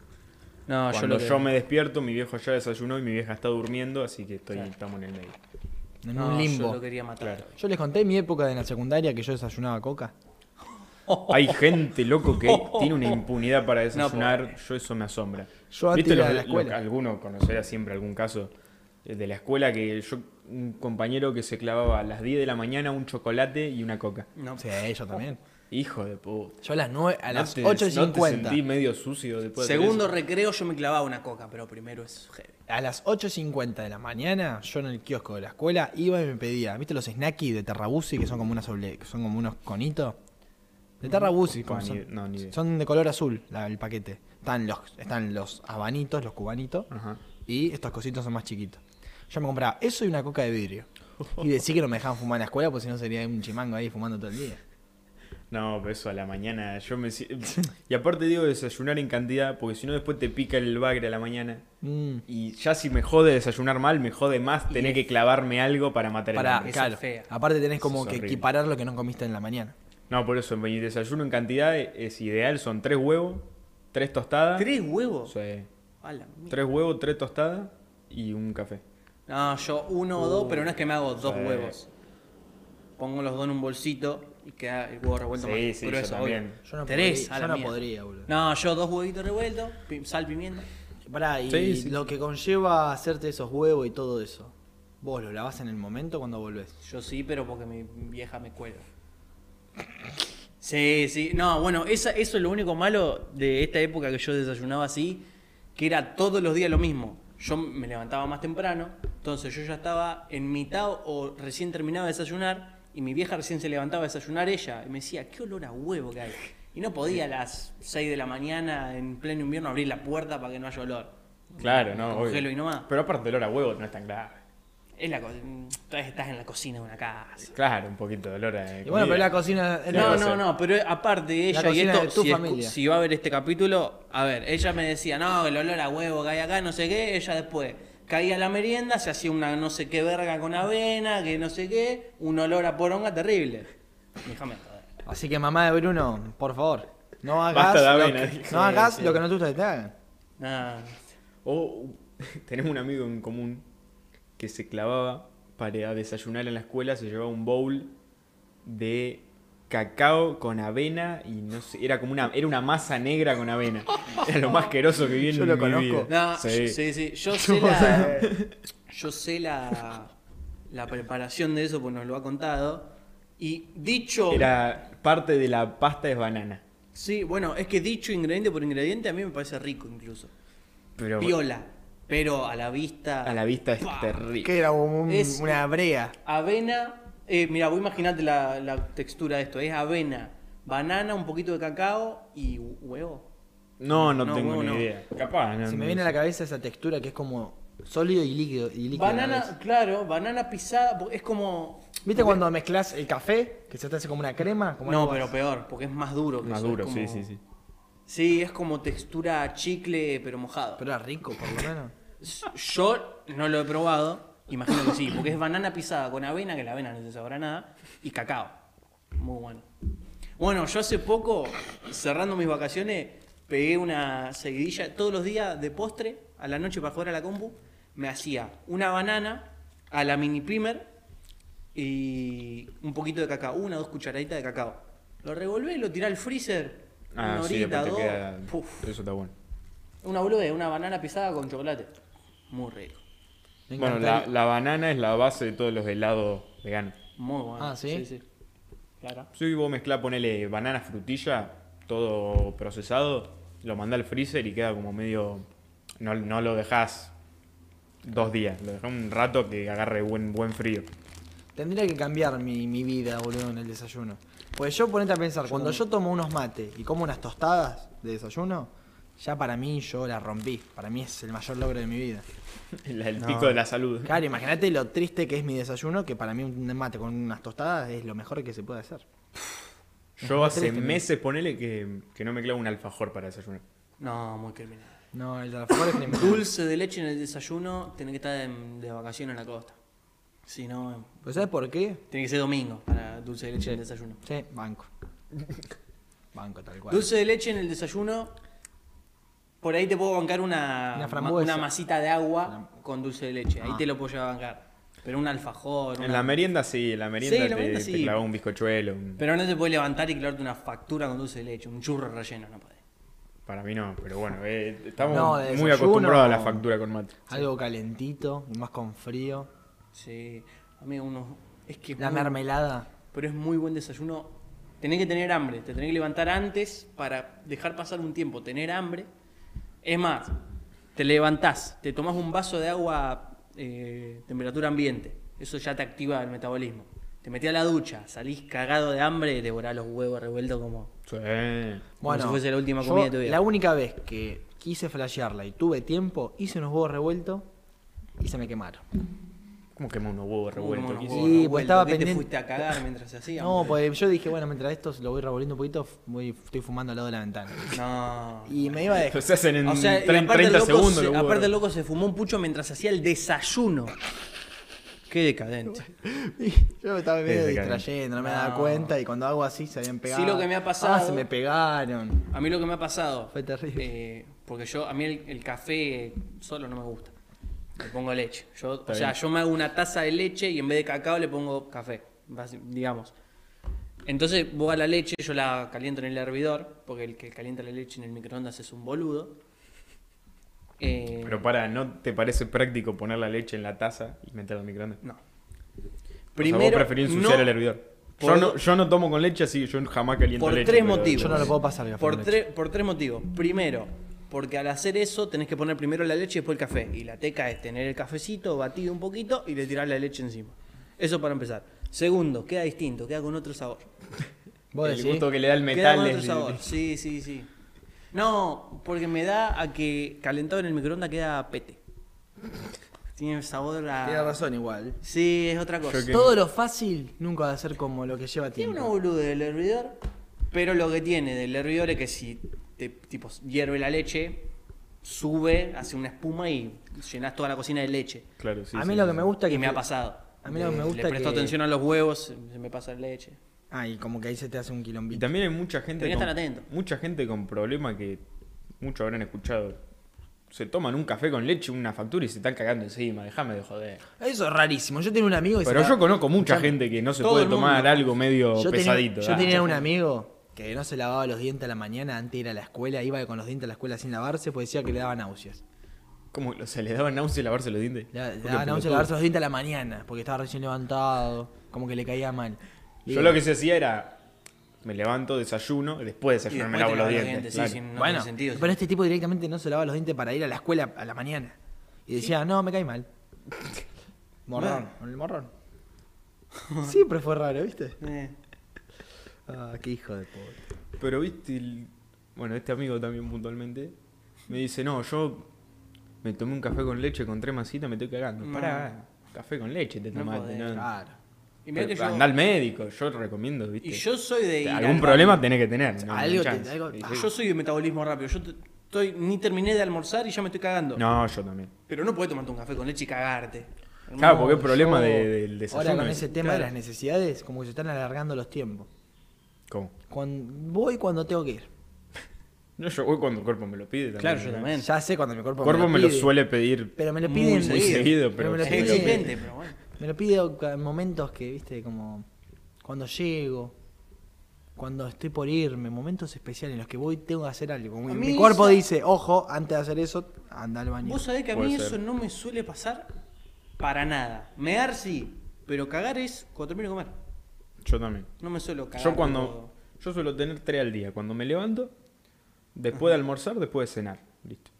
Speaker 3: No, yo
Speaker 1: cuando
Speaker 3: lo
Speaker 1: yo,
Speaker 3: que-
Speaker 1: me despierto, mi viejo ya desayunó y mi vieja está durmiendo, así que estoy, estamos en el medio.
Speaker 2: En
Speaker 3: No,
Speaker 2: un limbo.
Speaker 3: Yo lo quería matar.
Speaker 1: Claro.
Speaker 2: Yo les conté mi época de la secundaria que yo desayunaba coca.
Speaker 1: Hay gente, loco, que
Speaker 2: Oh.
Speaker 1: tiene una impunidad para desayunar.
Speaker 3: pobre.
Speaker 1: Yo eso me asombra.
Speaker 2: Yo antes
Speaker 1: ¿Viste
Speaker 2: iba
Speaker 1: los-
Speaker 2: a la
Speaker 1: los-
Speaker 2: escuela.
Speaker 1: alguno conocerá siempre algún caso eh, de la escuela que yo, un compañero que se clavaba a las 10 de la mañana un chocolate y una coca.
Speaker 3: No,
Speaker 2: Sí, yo también.
Speaker 1: Hijo de puta.
Speaker 2: Yo a las, nueve, a
Speaker 1: No
Speaker 2: las
Speaker 1: te-
Speaker 2: 8 y
Speaker 1: no te
Speaker 2: 50.
Speaker 1: sentí medio sucio después de hacer
Speaker 3: Segundo
Speaker 1: eso?
Speaker 3: recreo yo me clavaba una coca, pero primero es heavy.
Speaker 2: A las 8.50 de la mañana, yo en el kiosco de la escuela iba y me pedía, ¿viste los snacky de Terrabusi que son como unas oble- que son como unos conitos? De Terrabusi, como
Speaker 1: ni-
Speaker 2: son,
Speaker 1: no, ni idea.
Speaker 2: son de color azul la- el paquete. Están los, están los habanitos, los cubanitos,
Speaker 1: Ajá.
Speaker 2: y estos cositos son más chiquitos. Yo me compraba eso y una coca de vidrio. Y decía que no me dejaban fumar en la escuela, porque si no sería un chimango ahí fumando todo el día.
Speaker 1: No, pero eso a la mañana. Yo me si- Y aparte digo desayunar en cantidad, porque si no después te pica el bagre a la mañana.
Speaker 2: Mm.
Speaker 1: Y ya si me jode desayunar mal, me jode más tener que clavarme algo para matar el
Speaker 2: Para,
Speaker 1: hambre.
Speaker 3: esa
Speaker 2: claro,
Speaker 3: es fea.
Speaker 2: aparte tenés
Speaker 1: Eso
Speaker 2: como
Speaker 1: es
Speaker 2: que
Speaker 1: horrible.
Speaker 2: equiparar lo que no comiste en la mañana.
Speaker 1: No, por eso, mi desayuno en cantidad e- es ideal. Son tres huevos, tres tostadas.
Speaker 3: ¿Tres huevos?
Speaker 1: Sí.
Speaker 3: A la mierda.
Speaker 1: Tres huevos, tres tostadas y un café.
Speaker 3: No, yo uno o dos, pero no es que me hago dos
Speaker 1: sí.
Speaker 3: huevos. Pongo los dos en un bolsito y queda el huevo revuelto
Speaker 1: Sí,
Speaker 3: más
Speaker 1: sí,
Speaker 3: grueso,
Speaker 1: yo
Speaker 3: obvio.
Speaker 1: también.
Speaker 2: Yo no
Speaker 3: Tres,
Speaker 2: podría-
Speaker 3: a
Speaker 2: yo
Speaker 3: la
Speaker 2: no
Speaker 3: mierda.
Speaker 2: podría, boludo.
Speaker 3: No, yo dos huevitos revueltos, pim, sal, pimienta.
Speaker 2: Pará, y
Speaker 1: Sí, sí.
Speaker 2: lo que conlleva hacerte esos huevos y todo eso. ¿Vos lo lavás en el momento cuando volvés?
Speaker 3: Yo sí, pero porque mi vieja me cuelga. Sí, sí. No, bueno, esa, eso es lo único malo de esta época que yo desayunaba así, que era todos los días lo mismo. Yo me levantaba más temprano, entonces yo ya estaba en mitad o recién terminaba de desayunar y mi vieja recién se levantaba a desayunar ella y me decía, qué olor a huevo que hay. Y no podía a las 6 de la mañana en pleno invierno abrir la puerta para que no haya olor.
Speaker 1: Claro, no.
Speaker 3: Congelo
Speaker 1: obvio.
Speaker 3: y no más.
Speaker 1: Pero aparte, el olor a huevo no es tan grave.
Speaker 3: Es la co- mm, estás en la cocina de una casa.
Speaker 1: Claro, un poquito de olor a.
Speaker 2: Y bueno, pero
Speaker 1: comida.
Speaker 2: la cocina... es
Speaker 1: va
Speaker 3: No,
Speaker 1: a
Speaker 2: la-
Speaker 1: ser.
Speaker 3: no, no, pero aparte
Speaker 2: La
Speaker 3: ella y
Speaker 2: cocina
Speaker 3: esto,
Speaker 2: de tu
Speaker 3: si, escu-
Speaker 2: familia.
Speaker 3: si va a ver este capítulo, a ver, ella me decía, no, el olor a huevo que hay acá, no sé qué, ella después, Caía la merienda, se hacía una no sé qué verga con avena, que no sé qué, un olor a poronga terrible. Déjame joder.
Speaker 2: Así que mamá de Bruno, por favor, no hagas,
Speaker 1: Basta de
Speaker 2: lo,
Speaker 1: avena,
Speaker 2: que,
Speaker 1: dije.
Speaker 2: no hagas
Speaker 1: Sí.
Speaker 2: lo que no te gusta que te hagan.
Speaker 3: Nada.
Speaker 1: O tenemos un amigo en común que se clavaba para desayunar en la escuela, se llevaba un bowl de cacao con avena y no sé, era como una era una masa negra con avena. Era lo más asqueroso que vi en
Speaker 2: Yo lo
Speaker 1: mi
Speaker 2: conozco.
Speaker 1: vida.
Speaker 3: No,
Speaker 1: Sí.
Speaker 3: sí. sí, Yo sé la. Yo sé la. La preparación de eso, pues nos lo ha contado. Y dicho.
Speaker 1: Era parte de la pasta es banana.
Speaker 3: Sí, bueno, es que dicho ingrediente por ingrediente a mí me parece rico incluso.
Speaker 1: Pero
Speaker 3: Viola. Pero a la vista.
Speaker 1: a la vista es
Speaker 3: ¡Pah!
Speaker 1: terrible.
Speaker 2: Que era un-
Speaker 3: Es-
Speaker 2: una brea.
Speaker 3: Avena. Eh, mira, vos imaginate la, la textura de esto. Es avena, banana, un poquito de cacao y hu- huevo.
Speaker 1: No, no,
Speaker 3: No,
Speaker 1: tengo
Speaker 3: no,
Speaker 1: ni
Speaker 3: no.
Speaker 1: idea. Capaz, no,
Speaker 2: Se me
Speaker 1: no
Speaker 2: viene a
Speaker 1: sé.
Speaker 2: la cabeza esa textura que es como sólido y líquido. Y líquido a la vez.
Speaker 3: Banana, claro, banana pisada. porque Es como.
Speaker 2: ¿Viste cuando mezclas el café? Que se te hace como una crema. Como
Speaker 3: No,
Speaker 2: algo
Speaker 3: pero
Speaker 2: así?
Speaker 3: peor, porque es más duro. que
Speaker 1: más
Speaker 3: eso, es
Speaker 1: duro,
Speaker 3: como-
Speaker 1: sí, sí, sí.
Speaker 3: Sí, es como textura chicle, pero mojado.
Speaker 2: Pero era rico, por lo menos.
Speaker 3: Yo no lo he probado, imagino que sí, porque es banana pisada con avena, que la avena no se sabrá nada, y cacao. Muy bueno. Bueno, yo hace poco, cerrando mis vacaciones, pegué una seguidilla todos los días de postre, a la noche para jugar a la compu, me hacía una banana a la mini primer y un poquito de cacao, una o dos cucharaditas de cacao. Lo revolvé, lo tiré al freezer,
Speaker 1: Ah,
Speaker 3: una
Speaker 1: sí,
Speaker 3: horita,
Speaker 1: después te
Speaker 3: dos,
Speaker 1: queda-
Speaker 3: puf.
Speaker 1: Eso está bueno.
Speaker 3: Una bolude, una banana pisada con chocolate. Muy rico.
Speaker 2: Me
Speaker 1: Bueno, la,
Speaker 2: encantaría.
Speaker 1: la banana es la base de todos los helados veganos.
Speaker 3: Muy bueno.
Speaker 2: Ah, ¿sí?
Speaker 3: Sí, Claro.
Speaker 1: Si vos mezclás, ponele banana frutilla, todo procesado, lo mandás al freezer y queda como medio. No, no lo dejás dos días, lo dejás un rato que agarre buen, buen frío.
Speaker 2: Tendría que cambiar mi, mi vida, boludo, en el desayuno. Pues yo ponete a pensar, cuando yo tomo unos mates y como unas tostadas de desayuno, ya para mí yo la rompí. Para mí es el mayor logro de mi vida.
Speaker 1: El, el
Speaker 2: No.
Speaker 1: pico de la salud.
Speaker 2: Claro, imagínate lo triste que es mi desayuno, que para mí un mate con unas tostadas es lo mejor que se puede hacer.
Speaker 1: Yo hace
Speaker 2: triste, ¿no?
Speaker 1: meses, ponele que, que no me clavo un alfajor para desayunar.
Speaker 3: No, muy criminal.
Speaker 2: No, el alfajor es criminal.
Speaker 3: Dulce de leche en el desayuno, tenés que estar en- de, vacaciones en la costa. Si no, eh,
Speaker 2: ¿Pero sabes por qué?
Speaker 3: tiene que ser domingo para dulce de leche en el desayuno.
Speaker 2: Sí, banco. Banco tal cual.
Speaker 3: Dulce de leche en el desayuno, por ahí te puedo bancar una,
Speaker 2: Una frambuesa.
Speaker 3: una masita de agua con dulce de leche. Ahí
Speaker 2: Ah.
Speaker 3: te lo puedo llevar a bancar. Pero un alfajor.
Speaker 1: En
Speaker 3: una-
Speaker 1: la merienda sí, en la merienda
Speaker 3: Sí, en
Speaker 1: te,
Speaker 3: la merienda
Speaker 1: te
Speaker 3: sí.
Speaker 1: clavás un bizcochuelo. un-
Speaker 3: Pero no te puedes levantar y clavarte una factura con dulce de leche, un churro relleno, no podés.
Speaker 1: Para mí no, pero bueno, eh, estamos
Speaker 2: No, de
Speaker 1: muy
Speaker 2: desayuno-
Speaker 1: acostumbrados a la factura con mate.
Speaker 2: Algo calentito y más con frío.
Speaker 3: Sí, amigo, uno. Es que. es
Speaker 2: La
Speaker 3: muy-
Speaker 2: mermelada.
Speaker 3: pero es muy buen desayuno. Tenés que tener hambre, te tenés que levantar antes para dejar pasar un tiempo, tener hambre. Es más, te levantás, te tomás un vaso de agua eh, temperatura ambiente, eso ya te activa el metabolismo. Te metí a la ducha, salís cagado de hambre, devorás los huevos revueltos como...
Speaker 1: Sí.
Speaker 3: Como si fuese la última
Speaker 2: yo
Speaker 3: comida de tu vida.
Speaker 2: La única vez que quise flashearla y tuve tiempo, hice unos huevos revueltos y se me quemaron.
Speaker 1: ¿Cómo quema unos huevos revueltos?
Speaker 3: como unos
Speaker 1: ¿Qué
Speaker 3: huevos
Speaker 1: hiciste?
Speaker 2: Sí, pues
Speaker 3: revueltos.
Speaker 2: estaba
Speaker 3: ¿Qué
Speaker 2: pendiente-
Speaker 3: te fuiste a cagar mientras se hacía?
Speaker 2: No,
Speaker 3: hombre?
Speaker 2: pues yo dije, bueno, mientras esto lo voy revolviendo un poquito, voy, estoy fumando al lado de la ventana.
Speaker 3: No.
Speaker 2: Y me iba a dejar.
Speaker 1: Se hacen en
Speaker 3: O sea, y
Speaker 1: 30,
Speaker 3: aparte, el loco
Speaker 1: segundos.
Speaker 3: se-
Speaker 1: los huevos.
Speaker 3: aparte el loco se fumó un pucho mientras hacía el desayuno. Qué decadente.
Speaker 2: Yo me estaba medio
Speaker 1: Desde
Speaker 2: distrayendo, no me daba
Speaker 3: No.
Speaker 2: cuenta y cuando hago así se habían pegado.
Speaker 3: lo que me ha
Speaker 2: Ah,
Speaker 3: pasado-
Speaker 2: se me pegaron.
Speaker 3: A mí lo que me ha pasado.
Speaker 2: Fue terrible.
Speaker 3: eh, porque yo, a mí el, el café solo no me gusta. Le pongo leche. Yo, o
Speaker 1: Está
Speaker 3: sea,
Speaker 1: bien.
Speaker 3: yo me hago una taza de leche y en vez de cacao le pongo café, basi- digamos. Entonces vos a la leche, yo la caliento en el hervidor, porque el que calienta la leche en el microondas es un boludo. Eh,
Speaker 1: Pero para, ¿no te parece práctico poner la leche en la taza y meterla al microondas?
Speaker 3: no.
Speaker 1: o sea, vos preferís ensuciar el hervidor. Yo
Speaker 3: Por-
Speaker 1: no, yo no tomo con leche, así que yo jamás caliento
Speaker 3: Por
Speaker 1: leche.
Speaker 3: tres
Speaker 1: pero-
Speaker 3: motivos.
Speaker 2: Yo no lo puedo pasar, el café
Speaker 3: Por,
Speaker 2: con leche.
Speaker 3: tre- por tres motivos. Primero, porque al hacer eso tenés que poner primero la leche y después el café. Y la teca es tener el cafecito batido un poquito y le tirás la leche encima. Eso para empezar. Segundo, queda distinto, queda con otro sabor.
Speaker 2: Vos
Speaker 1: El
Speaker 2: decís.
Speaker 1: gusto que le da el
Speaker 3: queda
Speaker 1: metal
Speaker 3: con
Speaker 1: es-
Speaker 3: otro sabor. Sí, sí, sí. No, porque me da a que calentado en el microondas queda pete. Tiene sabor a.
Speaker 2: Tienes razón igual.
Speaker 3: Sí, es otra cosa.
Speaker 1: Yo que-
Speaker 2: Ah, Todo lo fácil nunca va a ser como lo que lleva
Speaker 3: Tiene una
Speaker 2: tiempo.
Speaker 3: boluda del hervidor, pero lo que tiene del hervidor es que si te tipo hierve la leche, sube, hace una espuma y llenas toda la cocina de leche.
Speaker 1: Claro, sí.
Speaker 2: a
Speaker 1: sí,
Speaker 2: mí lo
Speaker 1: sí,
Speaker 2: que me
Speaker 1: sí.
Speaker 2: gusta que
Speaker 3: y me ha pasado. Eh,
Speaker 2: a mí lo que me gusta
Speaker 3: Le presto
Speaker 2: que-
Speaker 3: atención a los huevos, se me pasa la leche.
Speaker 2: Ah, y como que ahí se te hace un
Speaker 1: Y
Speaker 2: quilombito.
Speaker 1: también hay mucha gente.
Speaker 3: Tenés que
Speaker 1: con-
Speaker 3: estar atento.
Speaker 1: Mucha gente con problemas que muchos habrán escuchado. Se toman un café con leche, una factura y se están cagando encima. Déjame de joder.
Speaker 2: Eso es rarísimo. Yo tenía un amigo que se
Speaker 1: Pero
Speaker 2: la-
Speaker 1: yo conozco mucha gente que no se
Speaker 3: todo
Speaker 1: puede
Speaker 3: el mundo.
Speaker 1: tomar algo medio
Speaker 2: yo tenía-
Speaker 1: pesadito.
Speaker 2: yo
Speaker 1: ah.
Speaker 2: tenía un amigo ¿eh? que no se lavaba los dientes a la mañana antes de ir a la escuela, iba con los dientes a la escuela sin lavarse, pues decía que le daba náuseas.
Speaker 1: ¿Cómo? O sea, ¿Le daban náusea lavarse los dientes?
Speaker 2: Le, le
Speaker 1: Porque
Speaker 2: daba náuseas
Speaker 1: pelotudo.
Speaker 2: lavarse los dientes a la mañana, porque estaba recién levantado, como que le caía mal. Y
Speaker 1: Yo lo que se hacía era. Me levanto, desayuno, y después de
Speaker 3: Y
Speaker 1: desayuno me
Speaker 3: después
Speaker 1: lavo
Speaker 3: te
Speaker 1: los
Speaker 3: lavas los
Speaker 1: dientes.
Speaker 3: dientes, sí,
Speaker 1: claro.
Speaker 3: sí, no
Speaker 2: bueno,
Speaker 3: tiene sentido,
Speaker 2: pero
Speaker 3: sí.
Speaker 2: este tipo directamente no se lavaba los dientes para ir a la escuela a la mañana. Y decía, no, me cae mal. Morrón, con el morrón. Siempre fue raro, ¿viste?
Speaker 3: Eh,
Speaker 2: Ah, qué hijo de pobre.
Speaker 1: Pero viste, el- bueno, este amigo también puntualmente me dice, no, yo me tomé un café con leche con tres masitas, me estoy cagando.
Speaker 3: No.
Speaker 1: Pará, café con leche te
Speaker 3: No
Speaker 1: tomaste.
Speaker 3: podés,
Speaker 1: No
Speaker 2: Claro.
Speaker 3: y mirá que yo-
Speaker 1: Andá al médico, yo recomiendo, viste.
Speaker 3: y yo soy de ir
Speaker 1: Algún
Speaker 3: al
Speaker 1: problema
Speaker 3: baño.
Speaker 1: tenés que tener. No,
Speaker 2: Algo
Speaker 1: No,
Speaker 2: te-
Speaker 1: chance.
Speaker 2: algo-
Speaker 1: Y
Speaker 2: ah,
Speaker 1: sí.
Speaker 3: Yo soy de metabolismo rápido. Yo t- estoy, ni terminé de almorzar y ya me estoy cagando.
Speaker 1: no, yo también.
Speaker 3: Pero no podés tomarte un café con leche y cagarte.
Speaker 1: Claro, porque
Speaker 2: No,
Speaker 1: el problema
Speaker 2: yo-
Speaker 1: de- del desayuno.
Speaker 2: Ahora con
Speaker 1: es-
Speaker 2: ese tema de
Speaker 1: claro.
Speaker 2: las necesidades, como que se están alargando los tiempos.
Speaker 1: ¿Cómo?
Speaker 2: Cuan- voy cuando tengo que ir.
Speaker 1: No, yo voy cuando el cuerpo me lo pide también.
Speaker 3: Claro, yo
Speaker 1: ¿no?
Speaker 3: también.
Speaker 2: Ya sé cuando mi
Speaker 1: El
Speaker 2: cuerpo,
Speaker 1: cuerpo me lo,
Speaker 2: pide,
Speaker 1: suele pedir.
Speaker 2: Pero me lo
Speaker 3: Muy
Speaker 2: piden
Speaker 1: muy seguido, pero
Speaker 2: me lo
Speaker 3: Es
Speaker 1: sí.
Speaker 2: piden.
Speaker 3: exigente, pero bueno.
Speaker 2: Me lo pido ca- en momentos que, viste, como cuando llego, cuando estoy por irme, momentos especiales en los que voy tengo que hacer algo. Como
Speaker 3: A
Speaker 2: que
Speaker 3: mí
Speaker 2: Mi cuerpo
Speaker 3: esa-
Speaker 2: dice, ojo, antes de hacer eso, anda al baño.
Speaker 3: Vos sabés que a
Speaker 1: Puede
Speaker 3: mí
Speaker 1: ser.
Speaker 3: eso no me suele pasar para nada. Mear sí, pero cagar es cuando termino de comer.
Speaker 1: Yo también.
Speaker 3: No me suelo cagar.
Speaker 1: Yo cuando.
Speaker 3: tipo-
Speaker 1: Yo suelo tener tres al día. Cuando me levanto, después de almorzar, después de cenar. Listo.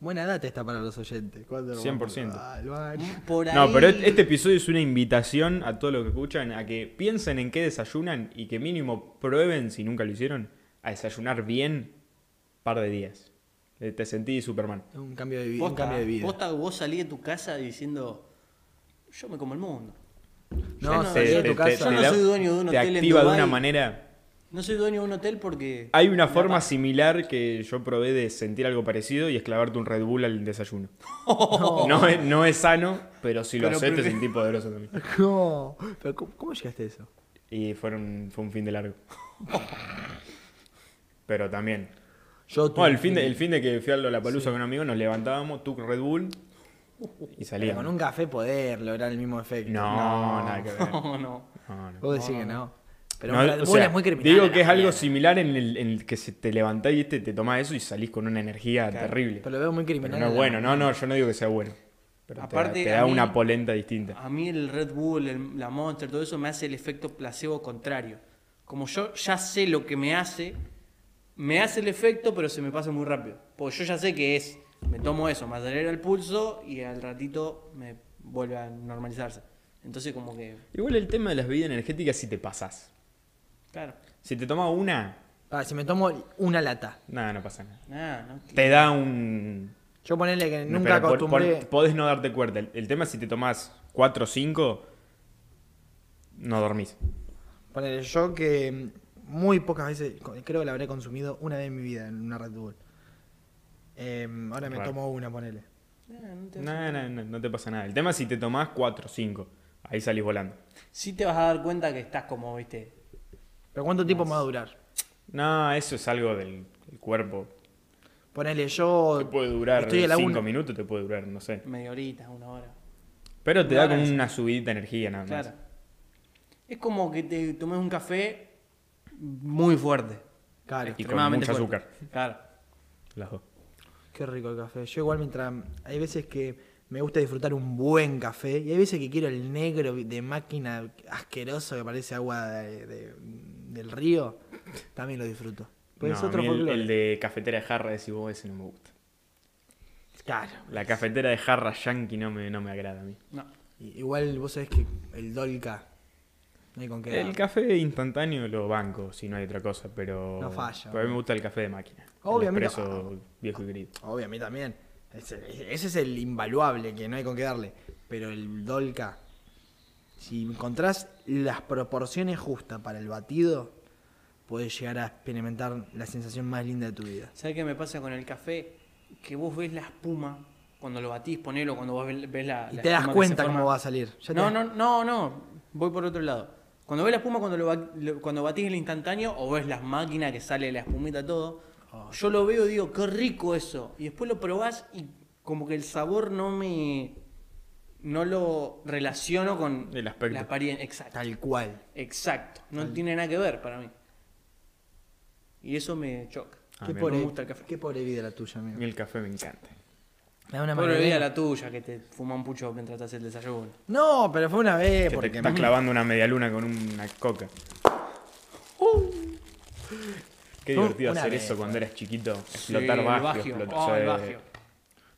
Speaker 2: Buena data está para los oyentes. ¿Cuándo vamos
Speaker 1: 100%.
Speaker 2: al baño?
Speaker 3: Mm, Por ahí...
Speaker 1: No, pero et- este episodio es una invitación a todos los que escuchan a que piensen en qué desayunan y que mínimo prueben, si nunca lo hicieron, a desayunar bien par de días. Eh, Te sentí Superman.
Speaker 2: Es Un cambio de vida.
Speaker 3: Posta,
Speaker 2: un cambio de vida.
Speaker 3: posta, vos salís de tu casa diciendo, yo me como el mundo.
Speaker 2: No,
Speaker 3: Yo
Speaker 2: salí de
Speaker 3: yo-
Speaker 2: tu casa.
Speaker 3: Yo no
Speaker 1: este, da-
Speaker 3: soy dueño de un
Speaker 1: te
Speaker 3: hotel en
Speaker 1: activa de
Speaker 3: Dubái.
Speaker 1: una manera.
Speaker 3: No soy dueño de un hotel porque...
Speaker 1: Hay una
Speaker 3: me
Speaker 1: forma
Speaker 3: pasa.
Speaker 1: similar que yo probé de sentir algo parecido y es clavarte un Red Bull al desayuno. No, es, no es sano, pero si lo
Speaker 3: Pero
Speaker 1: haces te
Speaker 3: prefiero-
Speaker 1: sentís poderoso también.
Speaker 2: No, pero ¿cómo, cómo llegaste a eso?
Speaker 1: Y fueron, fue un fin de largo. Pero también.
Speaker 2: Yo
Speaker 1: Bueno, el fin de, el fin de que fui a la palusa con un amigo, nos levantábamos, tú Red Bull y
Speaker 2: Pero
Speaker 1: salíamos.
Speaker 2: con un café poder lograr el mismo efecto.
Speaker 1: No, nada que ver.
Speaker 3: No, no.
Speaker 1: No, no.
Speaker 2: Vos decís que no. Pero
Speaker 1: No,
Speaker 2: un
Speaker 1: o
Speaker 2: Red Bull
Speaker 1: sea,
Speaker 2: es muy criminal.
Speaker 1: Digo
Speaker 2: en
Speaker 1: que
Speaker 2: la
Speaker 1: es algo
Speaker 2: mañana.
Speaker 1: similar en el, en el que se te levantás y te, te tomás eso y salís con una energía
Speaker 3: Claro,
Speaker 1: terrible.
Speaker 2: Pero lo veo muy
Speaker 1: Pero
Speaker 2: criminal.
Speaker 1: no
Speaker 2: en
Speaker 1: es
Speaker 2: la
Speaker 1: bueno,
Speaker 2: mañana.
Speaker 1: no, no, yo no digo que sea bueno. Pero te da-
Speaker 3: Aparte,
Speaker 1: te,
Speaker 3: a
Speaker 1: da
Speaker 3: mí- Ah.
Speaker 1: una polenta distinta.
Speaker 3: A mí el Red Bull, el- la Monster, todo eso me hace el efecto placebo contrario. Como yo ya sé lo que me hace, me hace el efecto, pero se me pasa muy rápido. Porque yo ya sé que es, me tomo eso, me acelera el pulso y al ratito me vuelve a normalizarse. Entonces como que,
Speaker 1: Igual el tema de las bebidas energéticas si te pasás.
Speaker 3: claro,
Speaker 1: Si te tomas una,
Speaker 2: Ah, si me tomo una lata.
Speaker 1: nada, no pasa nada.
Speaker 3: nada, no.
Speaker 1: Te da un...
Speaker 2: Yo ponerle que
Speaker 1: pero por-
Speaker 2: nunca
Speaker 1: por-
Speaker 2: acostumbré.
Speaker 1: podés no darte cuenta. El, el tema es si te tomás 4 o 5, no dormís.
Speaker 2: Ponele yo que mm, muy pocas veces, co- creo que la habré consumido una vez en mi vida en una Red Bull. Em, ahora me
Speaker 1: Raro.
Speaker 2: tomo una, ponele.
Speaker 3: Nah, no te-
Speaker 1: No, no, no, no te pasa nada. El tema es si te tomás 4 o 5, ahí salís volando.
Speaker 3: Sí te vas a dar cuenta que estás como, viste,
Speaker 2: Pero ¿cuánto tiempo me va a durar?
Speaker 1: No, eso es algo del, del cuerpo.
Speaker 2: Ponele
Speaker 1: Te
Speaker 2: yo.
Speaker 1: puede durar
Speaker 2: Estoy a la
Speaker 1: 5
Speaker 2: una.
Speaker 1: minutos, te puede durar, no sé.
Speaker 3: media horita, una hora.
Speaker 1: Pero te
Speaker 3: Una
Speaker 1: da
Speaker 3: hora
Speaker 1: como
Speaker 3: es-
Speaker 1: una subidita de energía nada más.
Speaker 3: Claro. Es como que te tomes un café muy fuerte.
Speaker 2: Claro,
Speaker 1: Y con
Speaker 3: extremadamente
Speaker 1: mucho
Speaker 3: fuerte. Claro.
Speaker 1: Las dos.
Speaker 2: qué rico el café. Yo igual mientras. Hay veces que me gusta disfrutar un buen café. Y hay veces que quiero el negro de máquina asqueroso que parece agua de- de- del río. También lo disfruto. Pues
Speaker 1: No,
Speaker 2: es
Speaker 1: a
Speaker 2: otro
Speaker 1: mí el,
Speaker 2: folclore.
Speaker 1: el de cafetera de jarra de vos ese no me gusta.
Speaker 2: Claro.
Speaker 1: La cafetera de jarra yankee no me, no me agrada a mí.
Speaker 3: No.
Speaker 2: I- Igual vos sabés que el Dolca. No hay con qué.
Speaker 1: El
Speaker 2: dar.
Speaker 1: café instantáneo lo banco, si no hay otra cosa, pero...
Speaker 2: No falla.
Speaker 1: Pero a mí me gusta el café de máquina.
Speaker 2: Obviamente.
Speaker 1: El expreso viejo y querido.
Speaker 2: Obvio, a mí también. Ese, ese es el invaluable que no hay con qué darle. Pero el Dolca. Si encontrás las proporciones justas para el batido, puedes llegar a experimentar la sensación más linda de tu vida.
Speaker 3: ¿Sabes qué me pasa con el café? que vos ves la espuma cuando lo batís, ponelo, cuando vos ves ves la.
Speaker 2: Y
Speaker 3: la
Speaker 2: te das
Speaker 3: espuma que
Speaker 2: cuenta
Speaker 3: se forma.
Speaker 2: cómo va a salir. Ya te
Speaker 3: No,
Speaker 2: das-
Speaker 3: no, no, no. Voy por otro lado. Cuando ves la espuma, cuando, lo ba- lo- cuando batís el instantáneo o ves las máquinas que sale la espumita, todo,
Speaker 1: Ah.
Speaker 3: yo lo veo y digo, qué rico eso. Y después lo probás y como que el sabor no me. No lo relaciono con
Speaker 1: El aspecto.
Speaker 3: la apariencia. Exacto.
Speaker 2: Tal cual.
Speaker 3: Exacto. No tiene nada que ver para mí. Y eso me choca.
Speaker 1: Ah,
Speaker 2: qué,
Speaker 1: mira.
Speaker 2: pobre,
Speaker 3: Me gusta el café.
Speaker 2: qué pobre vida la tuya, amigo.
Speaker 1: Y el café me encanta.
Speaker 2: Me da una
Speaker 3: Pobre
Speaker 2: maravilla.
Speaker 3: vida la tuya que te fuma un pucho mientras te haces el desayuno.
Speaker 2: No, pero fue una vez.
Speaker 1: Que
Speaker 2: Porque
Speaker 1: te estás clavando una media luna con una coca.
Speaker 3: ¡Uh!
Speaker 1: Qué
Speaker 2: Uh,
Speaker 1: divertido
Speaker 2: una
Speaker 1: hacer
Speaker 2: vez,
Speaker 1: eso cuando eras chiquito. Explotar
Speaker 3: Sí, el
Speaker 1: bagio,
Speaker 3: Baggio.
Speaker 1: explotar-
Speaker 3: Oh, el
Speaker 1: sí.
Speaker 3: Baggio.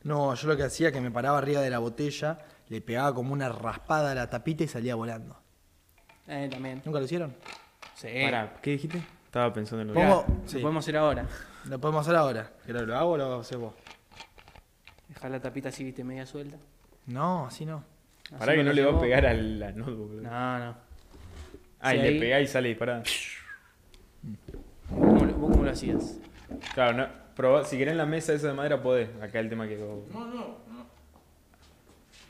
Speaker 2: No, yo lo que hacía que me paraba arriba de la botella, le pegaba como una raspada a la tapita y salía volando.
Speaker 3: Eh, también.
Speaker 2: ¿Nunca lo hicieron?
Speaker 3: Sí. Eh.
Speaker 1: Pará, ¿qué dijiste? Estaba pensando en lo que...
Speaker 2: Pongo-
Speaker 3: Mirá,
Speaker 2: sí.
Speaker 3: Lo podemos hacer ahora.
Speaker 2: Lo podemos hacer ahora. ¿Pero lo hago o lo haces vos?
Speaker 3: Dejar la tapita así, viste, media suelta.
Speaker 2: No, así no.
Speaker 1: Pará que no le va a pegar a la notebook. boludo.
Speaker 3: No, no.
Speaker 1: Ah, y
Speaker 3: Sí,
Speaker 1: le
Speaker 3: ahí-
Speaker 1: pegá y sale disparada.
Speaker 3: ¿Cómo lo- ¿Vos cómo lo hacías?
Speaker 1: Claro, no, probá- si querés la mesa esa de madera podés. Acá el tema que... vos-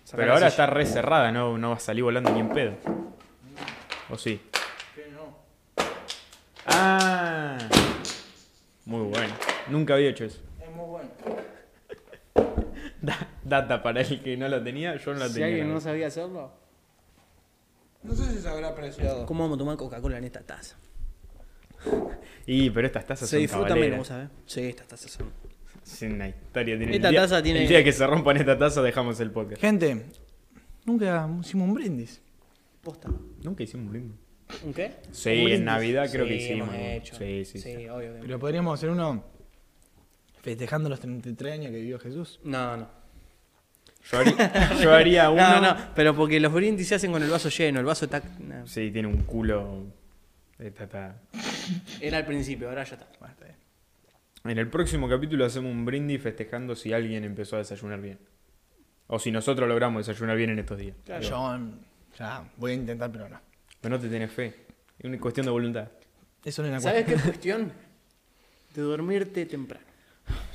Speaker 3: Sacá
Speaker 1: Pero
Speaker 3: la
Speaker 1: ahora
Speaker 3: silla.
Speaker 1: está re cerrada, no, no va a salir volando ni en pedo. ¿O sí? Ah. Muy bueno. Nunca había hecho eso.
Speaker 2: Es muy bueno.
Speaker 1: Da- data para el que no lo tenía, yo no la
Speaker 3: Si
Speaker 1: tenía.
Speaker 3: alguien
Speaker 1: la
Speaker 3: no
Speaker 1: verdad.
Speaker 3: sabía hacerlo,
Speaker 2: No sé si se habrá apreciado.
Speaker 3: ¿cómo vamos a tomar Coca-Cola en esta taza?
Speaker 1: Y, pero estas tazas
Speaker 3: Se
Speaker 1: son
Speaker 3: disfruta
Speaker 1: cabaleras.
Speaker 3: menos, ¿vos sabés? Sí, estas tazas son.
Speaker 1: Es una historia. Tiene
Speaker 3: Esta
Speaker 1: el día,
Speaker 3: taza tiene-
Speaker 1: El día que se rompan esta taza dejamos el podcast.
Speaker 2: Gente, nunca hicimos un brindis.
Speaker 3: Posta.
Speaker 1: Nunca hicimos un brindis.
Speaker 3: ¿Un qué?
Speaker 1: Sí,
Speaker 2: Un brindis.
Speaker 1: en Navidad creo que
Speaker 3: Sí,
Speaker 1: hicimos.
Speaker 3: hemos
Speaker 1: ¿no?
Speaker 3: hecho.
Speaker 1: Sí, sí, sí.
Speaker 3: obvio. que-
Speaker 2: Pero podríamos hacer uno festejando los 33 años que vivió Jesús.
Speaker 3: No, no.
Speaker 1: Yo, haría, yo haría uno.
Speaker 3: No, no, pero porque los brindis se hacen con el vaso lleno, el vaso está. no.
Speaker 1: Sí, tiene un culo. Esta está.
Speaker 3: Era al principio, ahora ya está.
Speaker 2: Bueno, está bien.
Speaker 1: En el próximo capítulo hacemos un brindis festejando si alguien empezó a desayunar bien. O si nosotros logramos desayunar bien en estos días.
Speaker 2: Yo mm, ya voy a intentar, pero no.
Speaker 1: Pero no te tenés fe. Es una cuestión de voluntad.
Speaker 2: Eso no es una
Speaker 3: ¿Sabes
Speaker 2: cuestión.
Speaker 3: qué cuestión? De dormirte temprano.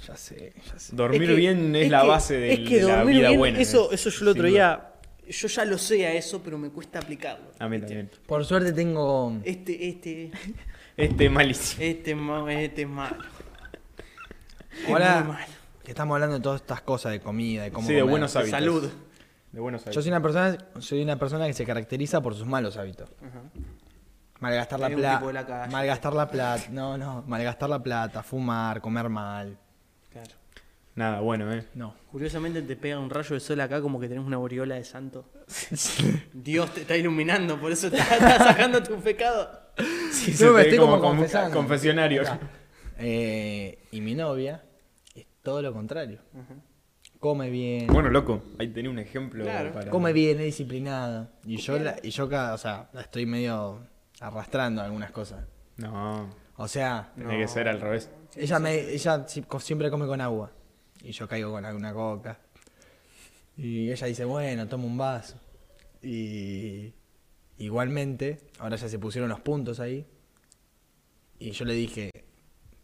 Speaker 2: Ya sé, ya sé.
Speaker 1: Dormir
Speaker 3: que-
Speaker 1: bien es, la
Speaker 3: que-
Speaker 1: base del-
Speaker 3: es que
Speaker 1: de la
Speaker 3: dormir
Speaker 1: vida
Speaker 3: bien,
Speaker 1: buena.
Speaker 3: Eso,
Speaker 1: ¿eh?
Speaker 3: eso yo el otro
Speaker 1: Sin duda.
Speaker 3: día. Yo ya lo sé a eso, pero me cuesta aplicarlo.
Speaker 1: A mí también.
Speaker 2: Por suerte tengo.
Speaker 3: Este, este,
Speaker 1: Este es malísimo.
Speaker 3: este es ma- este es malo. Es muy
Speaker 2: Ahora
Speaker 3: malo.
Speaker 2: que estamos hablando de todas estas cosas de comida, de cómo.
Speaker 1: Sí, de
Speaker 2: comer.
Speaker 1: buenos hábitos.
Speaker 3: Salud.
Speaker 1: De buenos
Speaker 2: Yo
Speaker 1: hábitos.
Speaker 2: soy una persona, soy una persona que se caracteriza por sus malos hábitos. Malgastar la
Speaker 3: Hay un tipo de la
Speaker 2: plata.
Speaker 3: calle.
Speaker 2: Malgastar la plata. No, no. Malgastar la plata, fumar, comer mal.
Speaker 3: Claro.
Speaker 1: Nada, bueno, eh.
Speaker 2: No.
Speaker 3: Curiosamente te pega un rayo de sol acá como que tenés una aureola de santo. Dios te está iluminando, por eso te está sacando tu pecado.
Speaker 1: Sí,
Speaker 2: No,
Speaker 1: se
Speaker 2: me
Speaker 1: te ve
Speaker 2: estoy como
Speaker 1: confe-
Speaker 2: confesando.
Speaker 1: confesionario.
Speaker 2: Eh, y mi novia es todo lo contrario. Come bien.
Speaker 1: Bueno, loco, ahí tenés un ejemplo
Speaker 3: Claro.
Speaker 1: para.
Speaker 2: Come bien, es disciplinada. Y yo, la, y yo cada, o sea, la estoy medio arrastrando algunas cosas.
Speaker 1: No,
Speaker 2: O sea,
Speaker 1: tiene que ser al revés.
Speaker 2: ella, me, ella si- co- siempre come con agua. Y yo caigo con alguna coca. Y ella dice, bueno, toma un vaso. Y igualmente, ahora ya se pusieron los puntos ahí. Y yo le dije,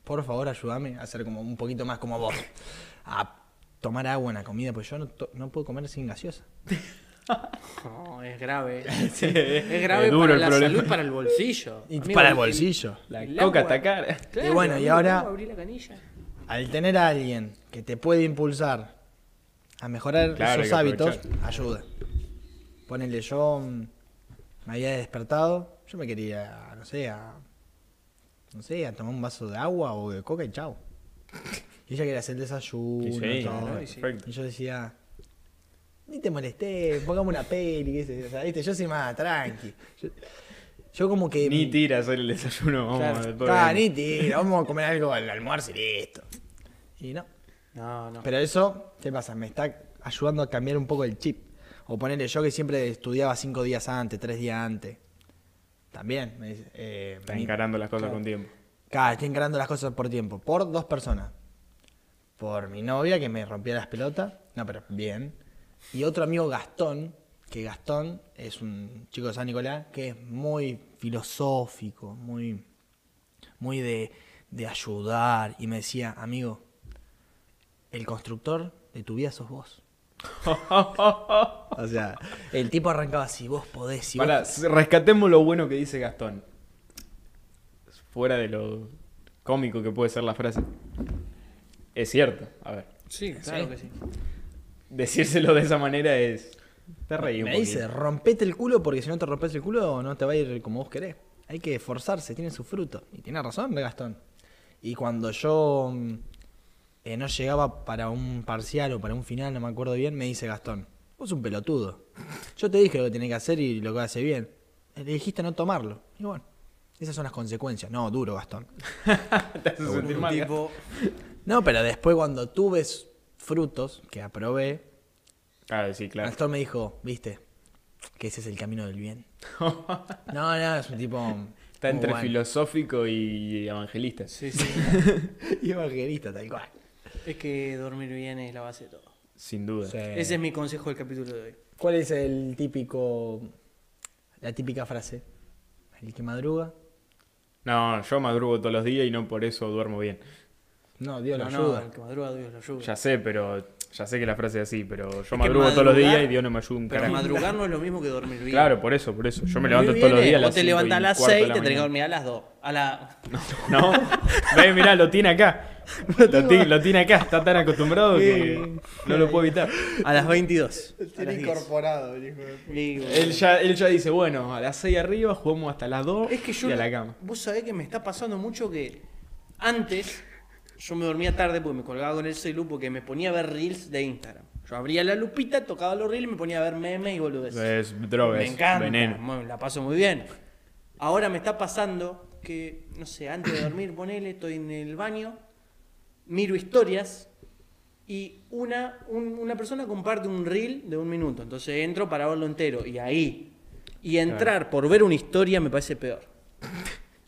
Speaker 2: por favor ayúdame a hacer como un poquito más como vos. A tomar agua en la comida, pues yo no, to- no puedo comer sin gaseosa.
Speaker 3: No, es grave.
Speaker 1: Sí,
Speaker 3: Es grave
Speaker 1: duro
Speaker 3: para
Speaker 1: el
Speaker 3: la
Speaker 1: problema.
Speaker 3: salud, para el bolsillo.
Speaker 2: Y
Speaker 3: Amigo,
Speaker 2: para el
Speaker 3: el-
Speaker 2: bolsillo.
Speaker 1: La
Speaker 3: El
Speaker 1: coca
Speaker 3: agua.
Speaker 1: atacar.
Speaker 2: Y bueno, y
Speaker 3: amigo,
Speaker 2: ahora-
Speaker 3: ¿cómo abrí la canilla?
Speaker 2: Al tener a alguien que te puede impulsar a mejorar
Speaker 1: Claro, hay
Speaker 2: esos
Speaker 1: que
Speaker 2: hábitos,
Speaker 1: aprovechar.
Speaker 2: ayuda. Ponele, yo mm, me había despertado, yo me quería, no sé, a, no sé, a tomar un vaso de agua o de coca y chao. Y ella quería hacer el desayuno,
Speaker 1: Y sí,
Speaker 2: todo.
Speaker 1: claro,
Speaker 3: y sí.
Speaker 1: perfecto.
Speaker 2: Y yo decía, ni te molesté, pongamos una peli, qué sé yo, o sea, ¿viste? yo soy más tranqui. Yo, yo como que...
Speaker 1: Ni tira hacer el desayuno. Vamos a ver, todo
Speaker 2: Ah, ni
Speaker 1: bien.
Speaker 2: tira, vamos a comer algo al almuerzo y listo. Y no.
Speaker 3: No, no.
Speaker 2: Pero eso, ¿qué pasa? Me está ayudando a cambiar un poco el chip. O ponerle yo que siempre estudiaba cinco días antes, tres días antes. También. Me dice, eh,
Speaker 1: Está
Speaker 2: mi-
Speaker 1: encarando las cosas
Speaker 2: Claro.
Speaker 1: con tiempo.
Speaker 2: Claro, estoy encarando las cosas por tiempo. Por dos personas. Por mi novia, que me rompía las pelotas. No, pero bien. Y otro amigo Gastón, que Gastón es un chico de San Nicolás, que es muy filosófico, muy, muy de, de ayudar. Y me decía, amigo, el constructor de tu vida sos vos. o sea, el tipo arrancaba si vos podés, si vos
Speaker 1: Pará, rescatemos lo bueno que dice Gastón. Fuera de lo cómico que puede ser la frase. Es cierto, a ver.
Speaker 3: Sí, claro que sí.
Speaker 1: Decírselo de esa manera es. Te reí un
Speaker 2: Me dice,
Speaker 1: poquito.
Speaker 2: rompete el culo porque si no te rompes el culo no te va a ir como vos querés. Hay que esforzarse, tiene su fruto. Y tiene razón, Gastón. Y cuando yo mm, eh, no llegaba para un parcial o para un final, no me acuerdo bien, me dice Gastón, vos un pelotudo. Yo te dije lo que tenés que hacer y lo que hace bien. Eh, Le dijiste no tomarlo. Y bueno, esas son las consecuencias. No, duro, Gastón.
Speaker 1: Te hace sentir
Speaker 3: Un
Speaker 1: mal,
Speaker 3: tipo,
Speaker 2: No, pero después cuando tuve s- frutos que aprobé,
Speaker 1: Claro, Ah, sí, claro.
Speaker 2: Gastón me dijo, viste, que ese es el camino del bien. No, no, es un tipo.
Speaker 1: Está
Speaker 2: muy
Speaker 1: entre
Speaker 2: bueno.
Speaker 1: filosófico y evangelista.
Speaker 3: sí, sí.
Speaker 2: Y evangelista, tal cual.
Speaker 3: es que dormir bien es la base de todo.
Speaker 1: Sin duda.
Speaker 3: Ese es mi consejo del capítulo de hoy.
Speaker 2: ¿Cuál es el típico. la típica frase? ¿El que madruga?
Speaker 1: No, yo madrugo todos los días y no por eso duermo bien.
Speaker 2: No, Dios
Speaker 3: No,
Speaker 2: lo
Speaker 3: no,
Speaker 2: ayuda.
Speaker 3: el que madruga Dios lo ayuda.
Speaker 1: Ya sé, pero. Ya sé que la frase es así, pero yo
Speaker 3: que
Speaker 1: madrugo todos los
Speaker 3: madrugar-
Speaker 1: días y Dios no me ayuda un
Speaker 3: Pero
Speaker 1: carajo.
Speaker 3: madrugar no es lo mismo que dormir bien.
Speaker 1: Claro, por eso, por eso. Yo me
Speaker 3: Dormir
Speaker 1: levanto
Speaker 3: bien
Speaker 1: todos los
Speaker 3: es,
Speaker 1: días a
Speaker 3: Vos
Speaker 1: las
Speaker 3: te
Speaker 1: 5 y
Speaker 3: levantás a las
Speaker 1: cuarto de
Speaker 3: 6
Speaker 1: la
Speaker 3: te tenés
Speaker 1: mañana.
Speaker 3: que dormir a las 2. A la...
Speaker 1: No, ve, mirá, lo tiene acá. Lo tiene, lo tiene acá, está tan acostumbrado que no lo puedo evitar.
Speaker 3: A las 22. A las 10.
Speaker 2: incorporado, el hijo de
Speaker 3: Y bueno,
Speaker 1: Él ya, él ya dice, bueno, a las 6 arriba jugamos hasta las 2
Speaker 3: Es que yo.
Speaker 1: y a la cama.
Speaker 3: Vos sabés que me está pasando mucho que antes yo me dormía tarde porque me colgaba con el celu porque me ponía a ver reels de Instagram. Yo abría la lupita, tocaba los reels y me ponía a ver memes y boludeces.
Speaker 1: Es droga,
Speaker 3: me
Speaker 1: es
Speaker 3: encanta,
Speaker 1: veneno.
Speaker 3: mu- la paso muy bien. Ahora me está pasando que, no sé, antes de dormir, ponele, estoy en el baño, miro historias y una, un- una persona comparte un reel de un minuto. Entonces entro para verlo entero y ahí. Y entrar por ver una historia me parece peor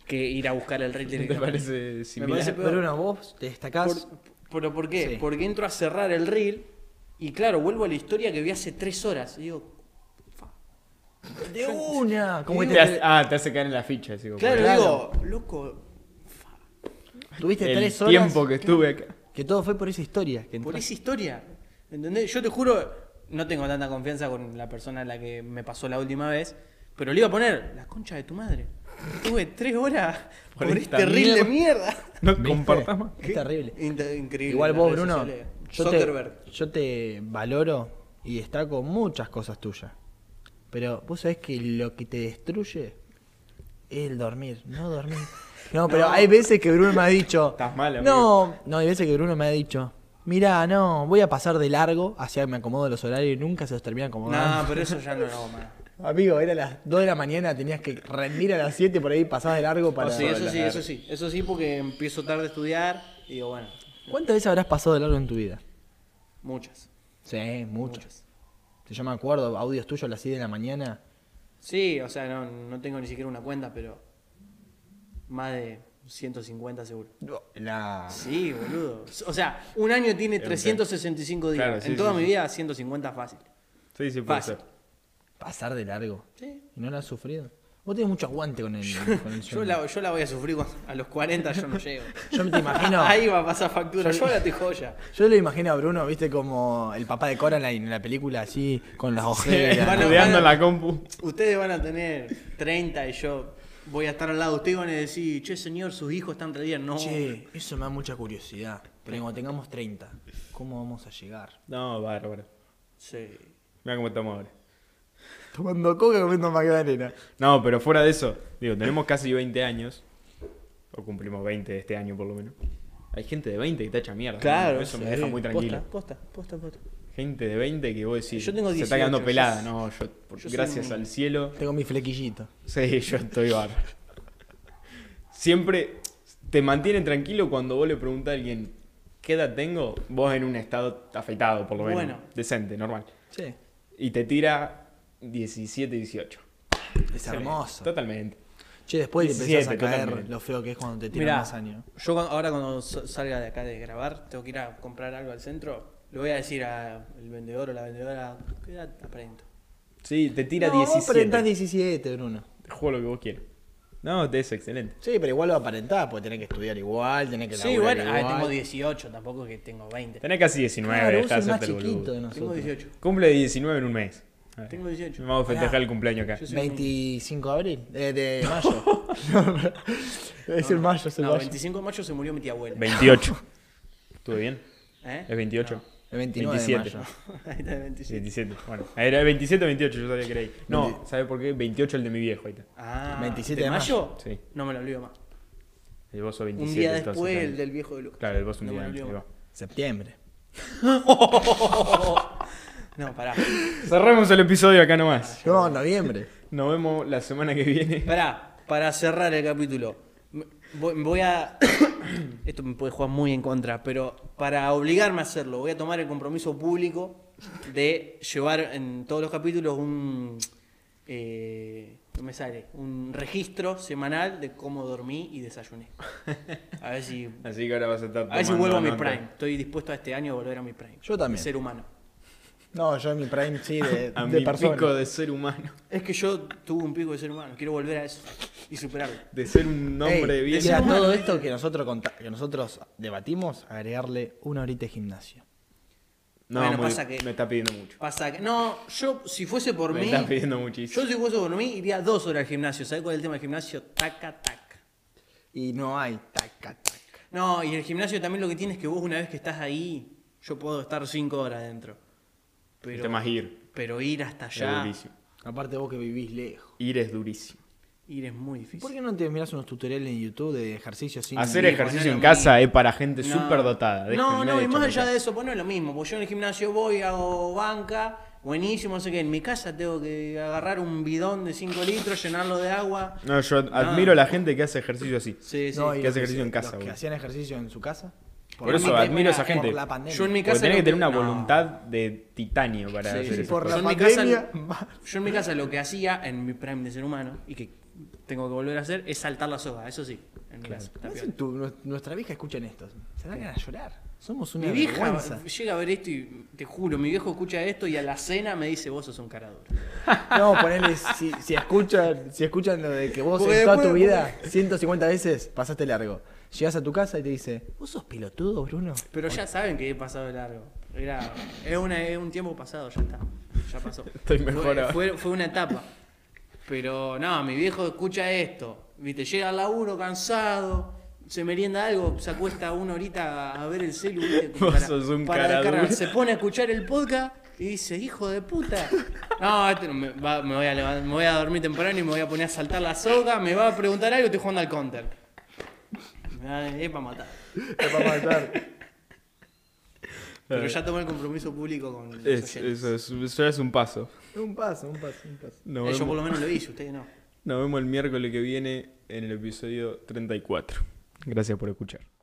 Speaker 3: que ir a buscar el
Speaker 1: ¿No
Speaker 3: reel
Speaker 1: te
Speaker 3: directamente.
Speaker 1: parece
Speaker 3: Me
Speaker 1: similar?
Speaker 3: parece peor.
Speaker 2: Pero una vos te destacás.
Speaker 3: Por- ¿Pero por qué?
Speaker 2: Sí.
Speaker 3: Porque entro a cerrar el reel y claro, vuelvo a la historia que vi hace tres horas. Y digo,
Speaker 2: De una. Como que
Speaker 1: Te hace-
Speaker 2: te,
Speaker 1: ah, te hace caer en la ficha. Así, como,
Speaker 3: claro,
Speaker 2: Claro.
Speaker 3: digo, loco,
Speaker 2: tuviste
Speaker 1: el
Speaker 2: tres horas.
Speaker 1: tiempo que estuve acá.
Speaker 2: Que todo fue por esa historia. Que
Speaker 3: Por
Speaker 2: entraste.
Speaker 3: esa historia. ¿Entendés? Yo te juro, no tengo tanta confianza con la persona a la que me pasó la última vez, pero le iba a poner la concha de tu madre. Tuve tres horas
Speaker 1: Por
Speaker 3: por,
Speaker 1: esta
Speaker 3: este reel de
Speaker 1: mierda.
Speaker 3: mierda.
Speaker 1: No
Speaker 2: ¿Viste?
Speaker 1: compartas más.
Speaker 2: Es terrible.
Speaker 3: Inte- Increíble.
Speaker 2: Igual
Speaker 3: las
Speaker 2: vos,
Speaker 3: redes
Speaker 2: Bruno,
Speaker 3: sociales.
Speaker 2: yo
Speaker 3: Zuckerberg.
Speaker 2: te, yo te valoro y destaco muchas cosas tuyas. Pero vos sabés que lo que te destruye es el dormir, no dormir. No, pero hay veces que Bruno me ha dicho.
Speaker 1: Estás mal, amigo.
Speaker 2: No, no, hay veces que Bruno me ha dicho. Mirá, no, voy a pasar de largo hacia que me acomodo los horarios y nunca se los termina
Speaker 3: No,
Speaker 2: acomodando.
Speaker 3: pero eso ya no lo hago más.
Speaker 2: Amigo, era las 2 de la mañana, tenías que rendir a las 7 por ahí, pasabas de largo para.
Speaker 3: Sí, eso sí, eso sí. Eso sí, porque empiezo tarde a estudiar y digo, bueno,
Speaker 2: ¿Cuántas veces habrás pasado de largo en tu vida?
Speaker 3: muchas.
Speaker 2: Sí, muchas.
Speaker 3: Muchas.
Speaker 2: Si yo me acuerdo, audios tuyos a las 6 de la mañana.
Speaker 3: Sí, o sea, no, no tengo ni siquiera una cuenta, pero más de 150 seguro.
Speaker 2: La...
Speaker 3: Sí, boludo. O sea, un año tiene
Speaker 1: un
Speaker 3: 365 días.
Speaker 1: Claro, sí,
Speaker 3: en toda
Speaker 1: sí,
Speaker 3: mi
Speaker 1: sí.
Speaker 3: vida, 150 fácil.
Speaker 1: Sí, sí, puede
Speaker 3: Fácil.
Speaker 1: ser.
Speaker 2: Pasar de largo.
Speaker 3: Sí.
Speaker 2: ¿Y no la has sufrido? Vos tenés mucho aguante con el, con el
Speaker 3: Yo
Speaker 2: sueño.
Speaker 3: la, yo la voy a sufrir cuando- a los 40, yo no llego.
Speaker 2: Yo me te imagino-
Speaker 3: Ahí va a pasar factura. Yo ahora estoy joya.
Speaker 2: Yo lo imagino a Bruno, viste, como el papá de Coraline en la película, así, con las ojeras.
Speaker 3: van a-
Speaker 1: Estudiando en
Speaker 3: van a-
Speaker 1: la compu.
Speaker 3: Ustedes van a tener 30 y yo voy a estar al lado de ustedes y van a decir, che, señor, sus hijos están re bien. No.
Speaker 2: Che, eso me da mucha curiosidad. Pero cuando tengamos 30, ¿cómo vamos a llegar?
Speaker 1: No, bárbaro.
Speaker 3: Sí.
Speaker 1: Mira cómo estamos ahora.
Speaker 2: Tomando coca comiendo magdalena.
Speaker 1: No, pero fuera de eso, digo, tenemos casi 20 años, o cumplimos 20 este año por lo menos. Hay gente de 20 que te echa mierda. ¿no? Eso me
Speaker 3: sí.
Speaker 1: deja muy tranquilo.
Speaker 3: Posta, posta, posta. posta.
Speaker 1: Gente de 20 que vos decís,
Speaker 3: Yo tengo
Speaker 1: se está quedando
Speaker 3: 18,
Speaker 1: pelada,
Speaker 3: yo-
Speaker 1: no, yo, por-
Speaker 3: yo soy
Speaker 1: gracias
Speaker 3: un-
Speaker 1: al cielo.
Speaker 2: Tengo mi flequillito.
Speaker 1: Sí, yo estoy bárbaro. Siempre te mantiene tranquilo cuando vos le preguntas a alguien, ¿qué edad tengo? Vos en un estado afeitado, por lo menos.
Speaker 3: Bueno.
Speaker 1: Decente, normal.
Speaker 2: Sí.
Speaker 1: Y te tira 17, 18.
Speaker 2: Es hermoso.
Speaker 1: Totalmente.
Speaker 2: Che, después le empezás a
Speaker 1: 17,
Speaker 2: caer
Speaker 1: totalmente.
Speaker 2: lo feo que es cuando te tiran
Speaker 3: Mira,
Speaker 2: más años.
Speaker 3: yo cuando- ahora cuando sa- salga de acá de grabar, tengo que ir a comprar algo al centro. Le voy a decir al vendedor o la vendedora, ¿qué edad aprendo?
Speaker 1: Sí, te tira
Speaker 2: no,
Speaker 1: 17.
Speaker 2: pero estás 17, Bruno.
Speaker 1: Juego lo que vos quieras. No, es excelente.
Speaker 2: Sí, pero igual lo aparentás, porque tenés que estudiar igual, tenés que
Speaker 3: Sí,
Speaker 2: laburar
Speaker 3: bueno, ah,
Speaker 2: igual.
Speaker 3: tengo 18, tampoco es que tengo 20.
Speaker 1: Tenés casi 19,
Speaker 2: Claro, vos
Speaker 1: está
Speaker 2: sos más
Speaker 1: hacerte el boludo.
Speaker 2: chiquito de
Speaker 3: Tengo
Speaker 2: nosotros.
Speaker 3: 18.
Speaker 1: Cumple 19 en un mes. A ver,
Speaker 3: Tengo 18.
Speaker 1: Vamos a festejar
Speaker 2: Pará.
Speaker 1: el cumpleaños acá.
Speaker 3: Yo soy-
Speaker 2: 25 de abril, eh, de mayo. es el mayo, es el
Speaker 3: No,
Speaker 2: mayo.
Speaker 3: 25 de mayo se murió mi tía abuela.
Speaker 1: 28. ¿Estuve bien?
Speaker 3: ¿Eh?
Speaker 1: Es 28.
Speaker 2: El 29 de
Speaker 1: 27.
Speaker 2: mayo.
Speaker 3: Ahí está, 27.
Speaker 1: 27. Bueno, era 27 o 28, yo sabía que era ahí. No, ¿sabes por qué? 28 el de mi viejo, ahí está.
Speaker 3: Ah,
Speaker 2: 27
Speaker 3: ¿de
Speaker 2: de mayo?
Speaker 3: mayo?
Speaker 1: Sí.
Speaker 3: No me lo olvido más.
Speaker 1: El bozo 27.
Speaker 3: Un día
Speaker 1: entonces,
Speaker 3: después
Speaker 1: claro.
Speaker 3: el del viejo de Lucas.
Speaker 1: Claro, el bozo un
Speaker 3: No
Speaker 1: día
Speaker 3: me lo
Speaker 1: antes.
Speaker 3: olvido
Speaker 1: ahí va.
Speaker 2: Septiembre.
Speaker 3: más. No, pará.
Speaker 1: Cerramos el episodio acá nomás.
Speaker 2: No, noviembre.
Speaker 1: Nos vemos la semana que viene.
Speaker 3: Pará, para cerrar el capítulo. me- Voy, voy a. Esto me puede jugar muy en contra, pero para obligarme a hacerlo, voy a tomar el compromiso público de llevar en todos los capítulos un. eh, no me sale. Un registro semanal de cómo dormí y desayuné. A ver si.
Speaker 1: Así que ahora vas a estar.
Speaker 3: A ver si
Speaker 1: tomando
Speaker 3: vuelvo a mi
Speaker 1: nota.
Speaker 3: prime. Estoy dispuesto a este año a volver a mi prime.
Speaker 2: Yo también.
Speaker 3: De Ser humano.
Speaker 2: No, yo en mi prime sí, de,
Speaker 1: A
Speaker 2: de
Speaker 1: mi
Speaker 2: persona.
Speaker 1: pico de ser humano.
Speaker 3: Es que yo tuve un pico de ser humano. Quiero volver a eso y superarlo.
Speaker 1: De ser un hombre
Speaker 2: Ey,
Speaker 1: bien.
Speaker 2: y a todo esto que nosotros, conta- que nosotros debatimos, agregarle una horita de gimnasio.
Speaker 1: No,
Speaker 3: Bueno,
Speaker 1: muy-
Speaker 3: pasa que-
Speaker 1: me está pidiendo mucho.
Speaker 3: Pasa que. No, yo, si fuese por
Speaker 1: Me
Speaker 3: mí.
Speaker 1: estás pidiendo muchísimo.
Speaker 3: Yo, si fuese por mí, iría dos horas al gimnasio. ¿Sabes cuál es el tema del gimnasio? Taca, taca.
Speaker 2: Y no hay taca, taca.
Speaker 3: No, y el gimnasio también lo que tiene es que vos, una vez que estás ahí, yo puedo estar cinco horas dentro.
Speaker 1: El
Speaker 3: Pero,
Speaker 1: tema es ir.
Speaker 3: pero ir hasta
Speaker 1: Es
Speaker 3: allá,
Speaker 1: durísimo.
Speaker 2: Aparte vos que vivís lejos.
Speaker 1: Ir es durísimo.
Speaker 3: ir es muy difícil.
Speaker 2: ¿Por qué no te mirás unos tutoriales en YouTube de ejercicios sin
Speaker 1: Hacer
Speaker 3: viejo, no
Speaker 1: ejercicio
Speaker 3: es
Speaker 1: en
Speaker 3: lo
Speaker 1: casa
Speaker 3: mismo.
Speaker 1: es para gente
Speaker 3: No.
Speaker 1: súper dotada.
Speaker 3: No, no, y más allá de eso, pues no es lo mismo. Porque yo en el gimnasio voy, hago banca, buenísimo, no sé qué. En mi casa tengo que agarrar un bidón de 5 litros, llenarlo de agua.
Speaker 1: No, yo admiro a la gente que hace ejercicio así.
Speaker 3: Sí, sí.
Speaker 2: No, y
Speaker 1: que
Speaker 2: los
Speaker 1: hace ejercicio en casa,
Speaker 2: los que
Speaker 1: boludo.
Speaker 2: hacían ejercicio en su casa.
Speaker 1: Por,
Speaker 3: Por
Speaker 1: eso
Speaker 3: mí que-
Speaker 1: admiro a esa
Speaker 3: mira,
Speaker 1: gente.
Speaker 2: por la pandemia.
Speaker 3: yo en mi
Speaker 1: Porque
Speaker 3: casa.
Speaker 1: tenés
Speaker 3: lo
Speaker 1: que tener una
Speaker 3: no.
Speaker 1: voluntad de titanio para
Speaker 3: Sí,
Speaker 1: hacer
Speaker 3: sí,
Speaker 1: eso.
Speaker 2: Por
Speaker 3: Yo
Speaker 2: la
Speaker 3: en mi casa
Speaker 2: pandemia,
Speaker 3: lo-
Speaker 2: más.
Speaker 3: Yo en mi casa lo que hacía en mi prime de ser humano y que tengo que volver a hacer es saltar la soga, eso sí. En mi casa, está
Speaker 2: No sé,
Speaker 3: piola.
Speaker 2: tu- nu- nuestra vieja escuchan esto. Se van a llorar. Somos una
Speaker 3: Mi vieja
Speaker 2: vergüenza.
Speaker 3: llega a ver esto y te juro, mi viejo escucha esto y a la cena me dice, vos sos un carador.
Speaker 2: No, ponele, si, si escuchan, si escuchan lo de que vos
Speaker 3: Porque
Speaker 2: en toda tu
Speaker 3: después-
Speaker 2: vida, 150 veces, pasaste largo. Llegas a tu casa y te dice, ¿vos sos pelotudo, Bruno?
Speaker 3: Pero ya saben que he pasado de largo. Era, es, una- es un tiempo pasado, ya está. Ya pasó.
Speaker 1: Estoy mejor
Speaker 3: fue,
Speaker 1: ahora.
Speaker 3: fue- fue una etapa. Pero no, mi viejo escucha esto. Viste, llega a la uno cansado, se merienda algo, se acuesta una horita a ver el celu. viste, como
Speaker 1: Vos sos un cara
Speaker 3: descargar.
Speaker 1: dura.
Speaker 3: Se pone a escuchar el podcast y dice, hijo de puta. No, este no me, va- me voy a levantar- me voy a dormir temprano y me voy a poner a saltar la soga, me va a preguntar algo y estoy jugando al counter. Ah, Es para matar.
Speaker 2: Te va a matar.
Speaker 3: Pero ya tomó el compromiso público con los
Speaker 1: Eh. Es-
Speaker 3: oyentes.
Speaker 1: eso, es, eso ya es un paso.
Speaker 2: Un paso, un paso, un paso.
Speaker 1: Nos
Speaker 3: Eh,
Speaker 1: vemos,
Speaker 3: yo por lo menos lo hice, ustedes no.
Speaker 1: nos vemos el miércoles que viene en el episodio 34. Gracias por escuchar.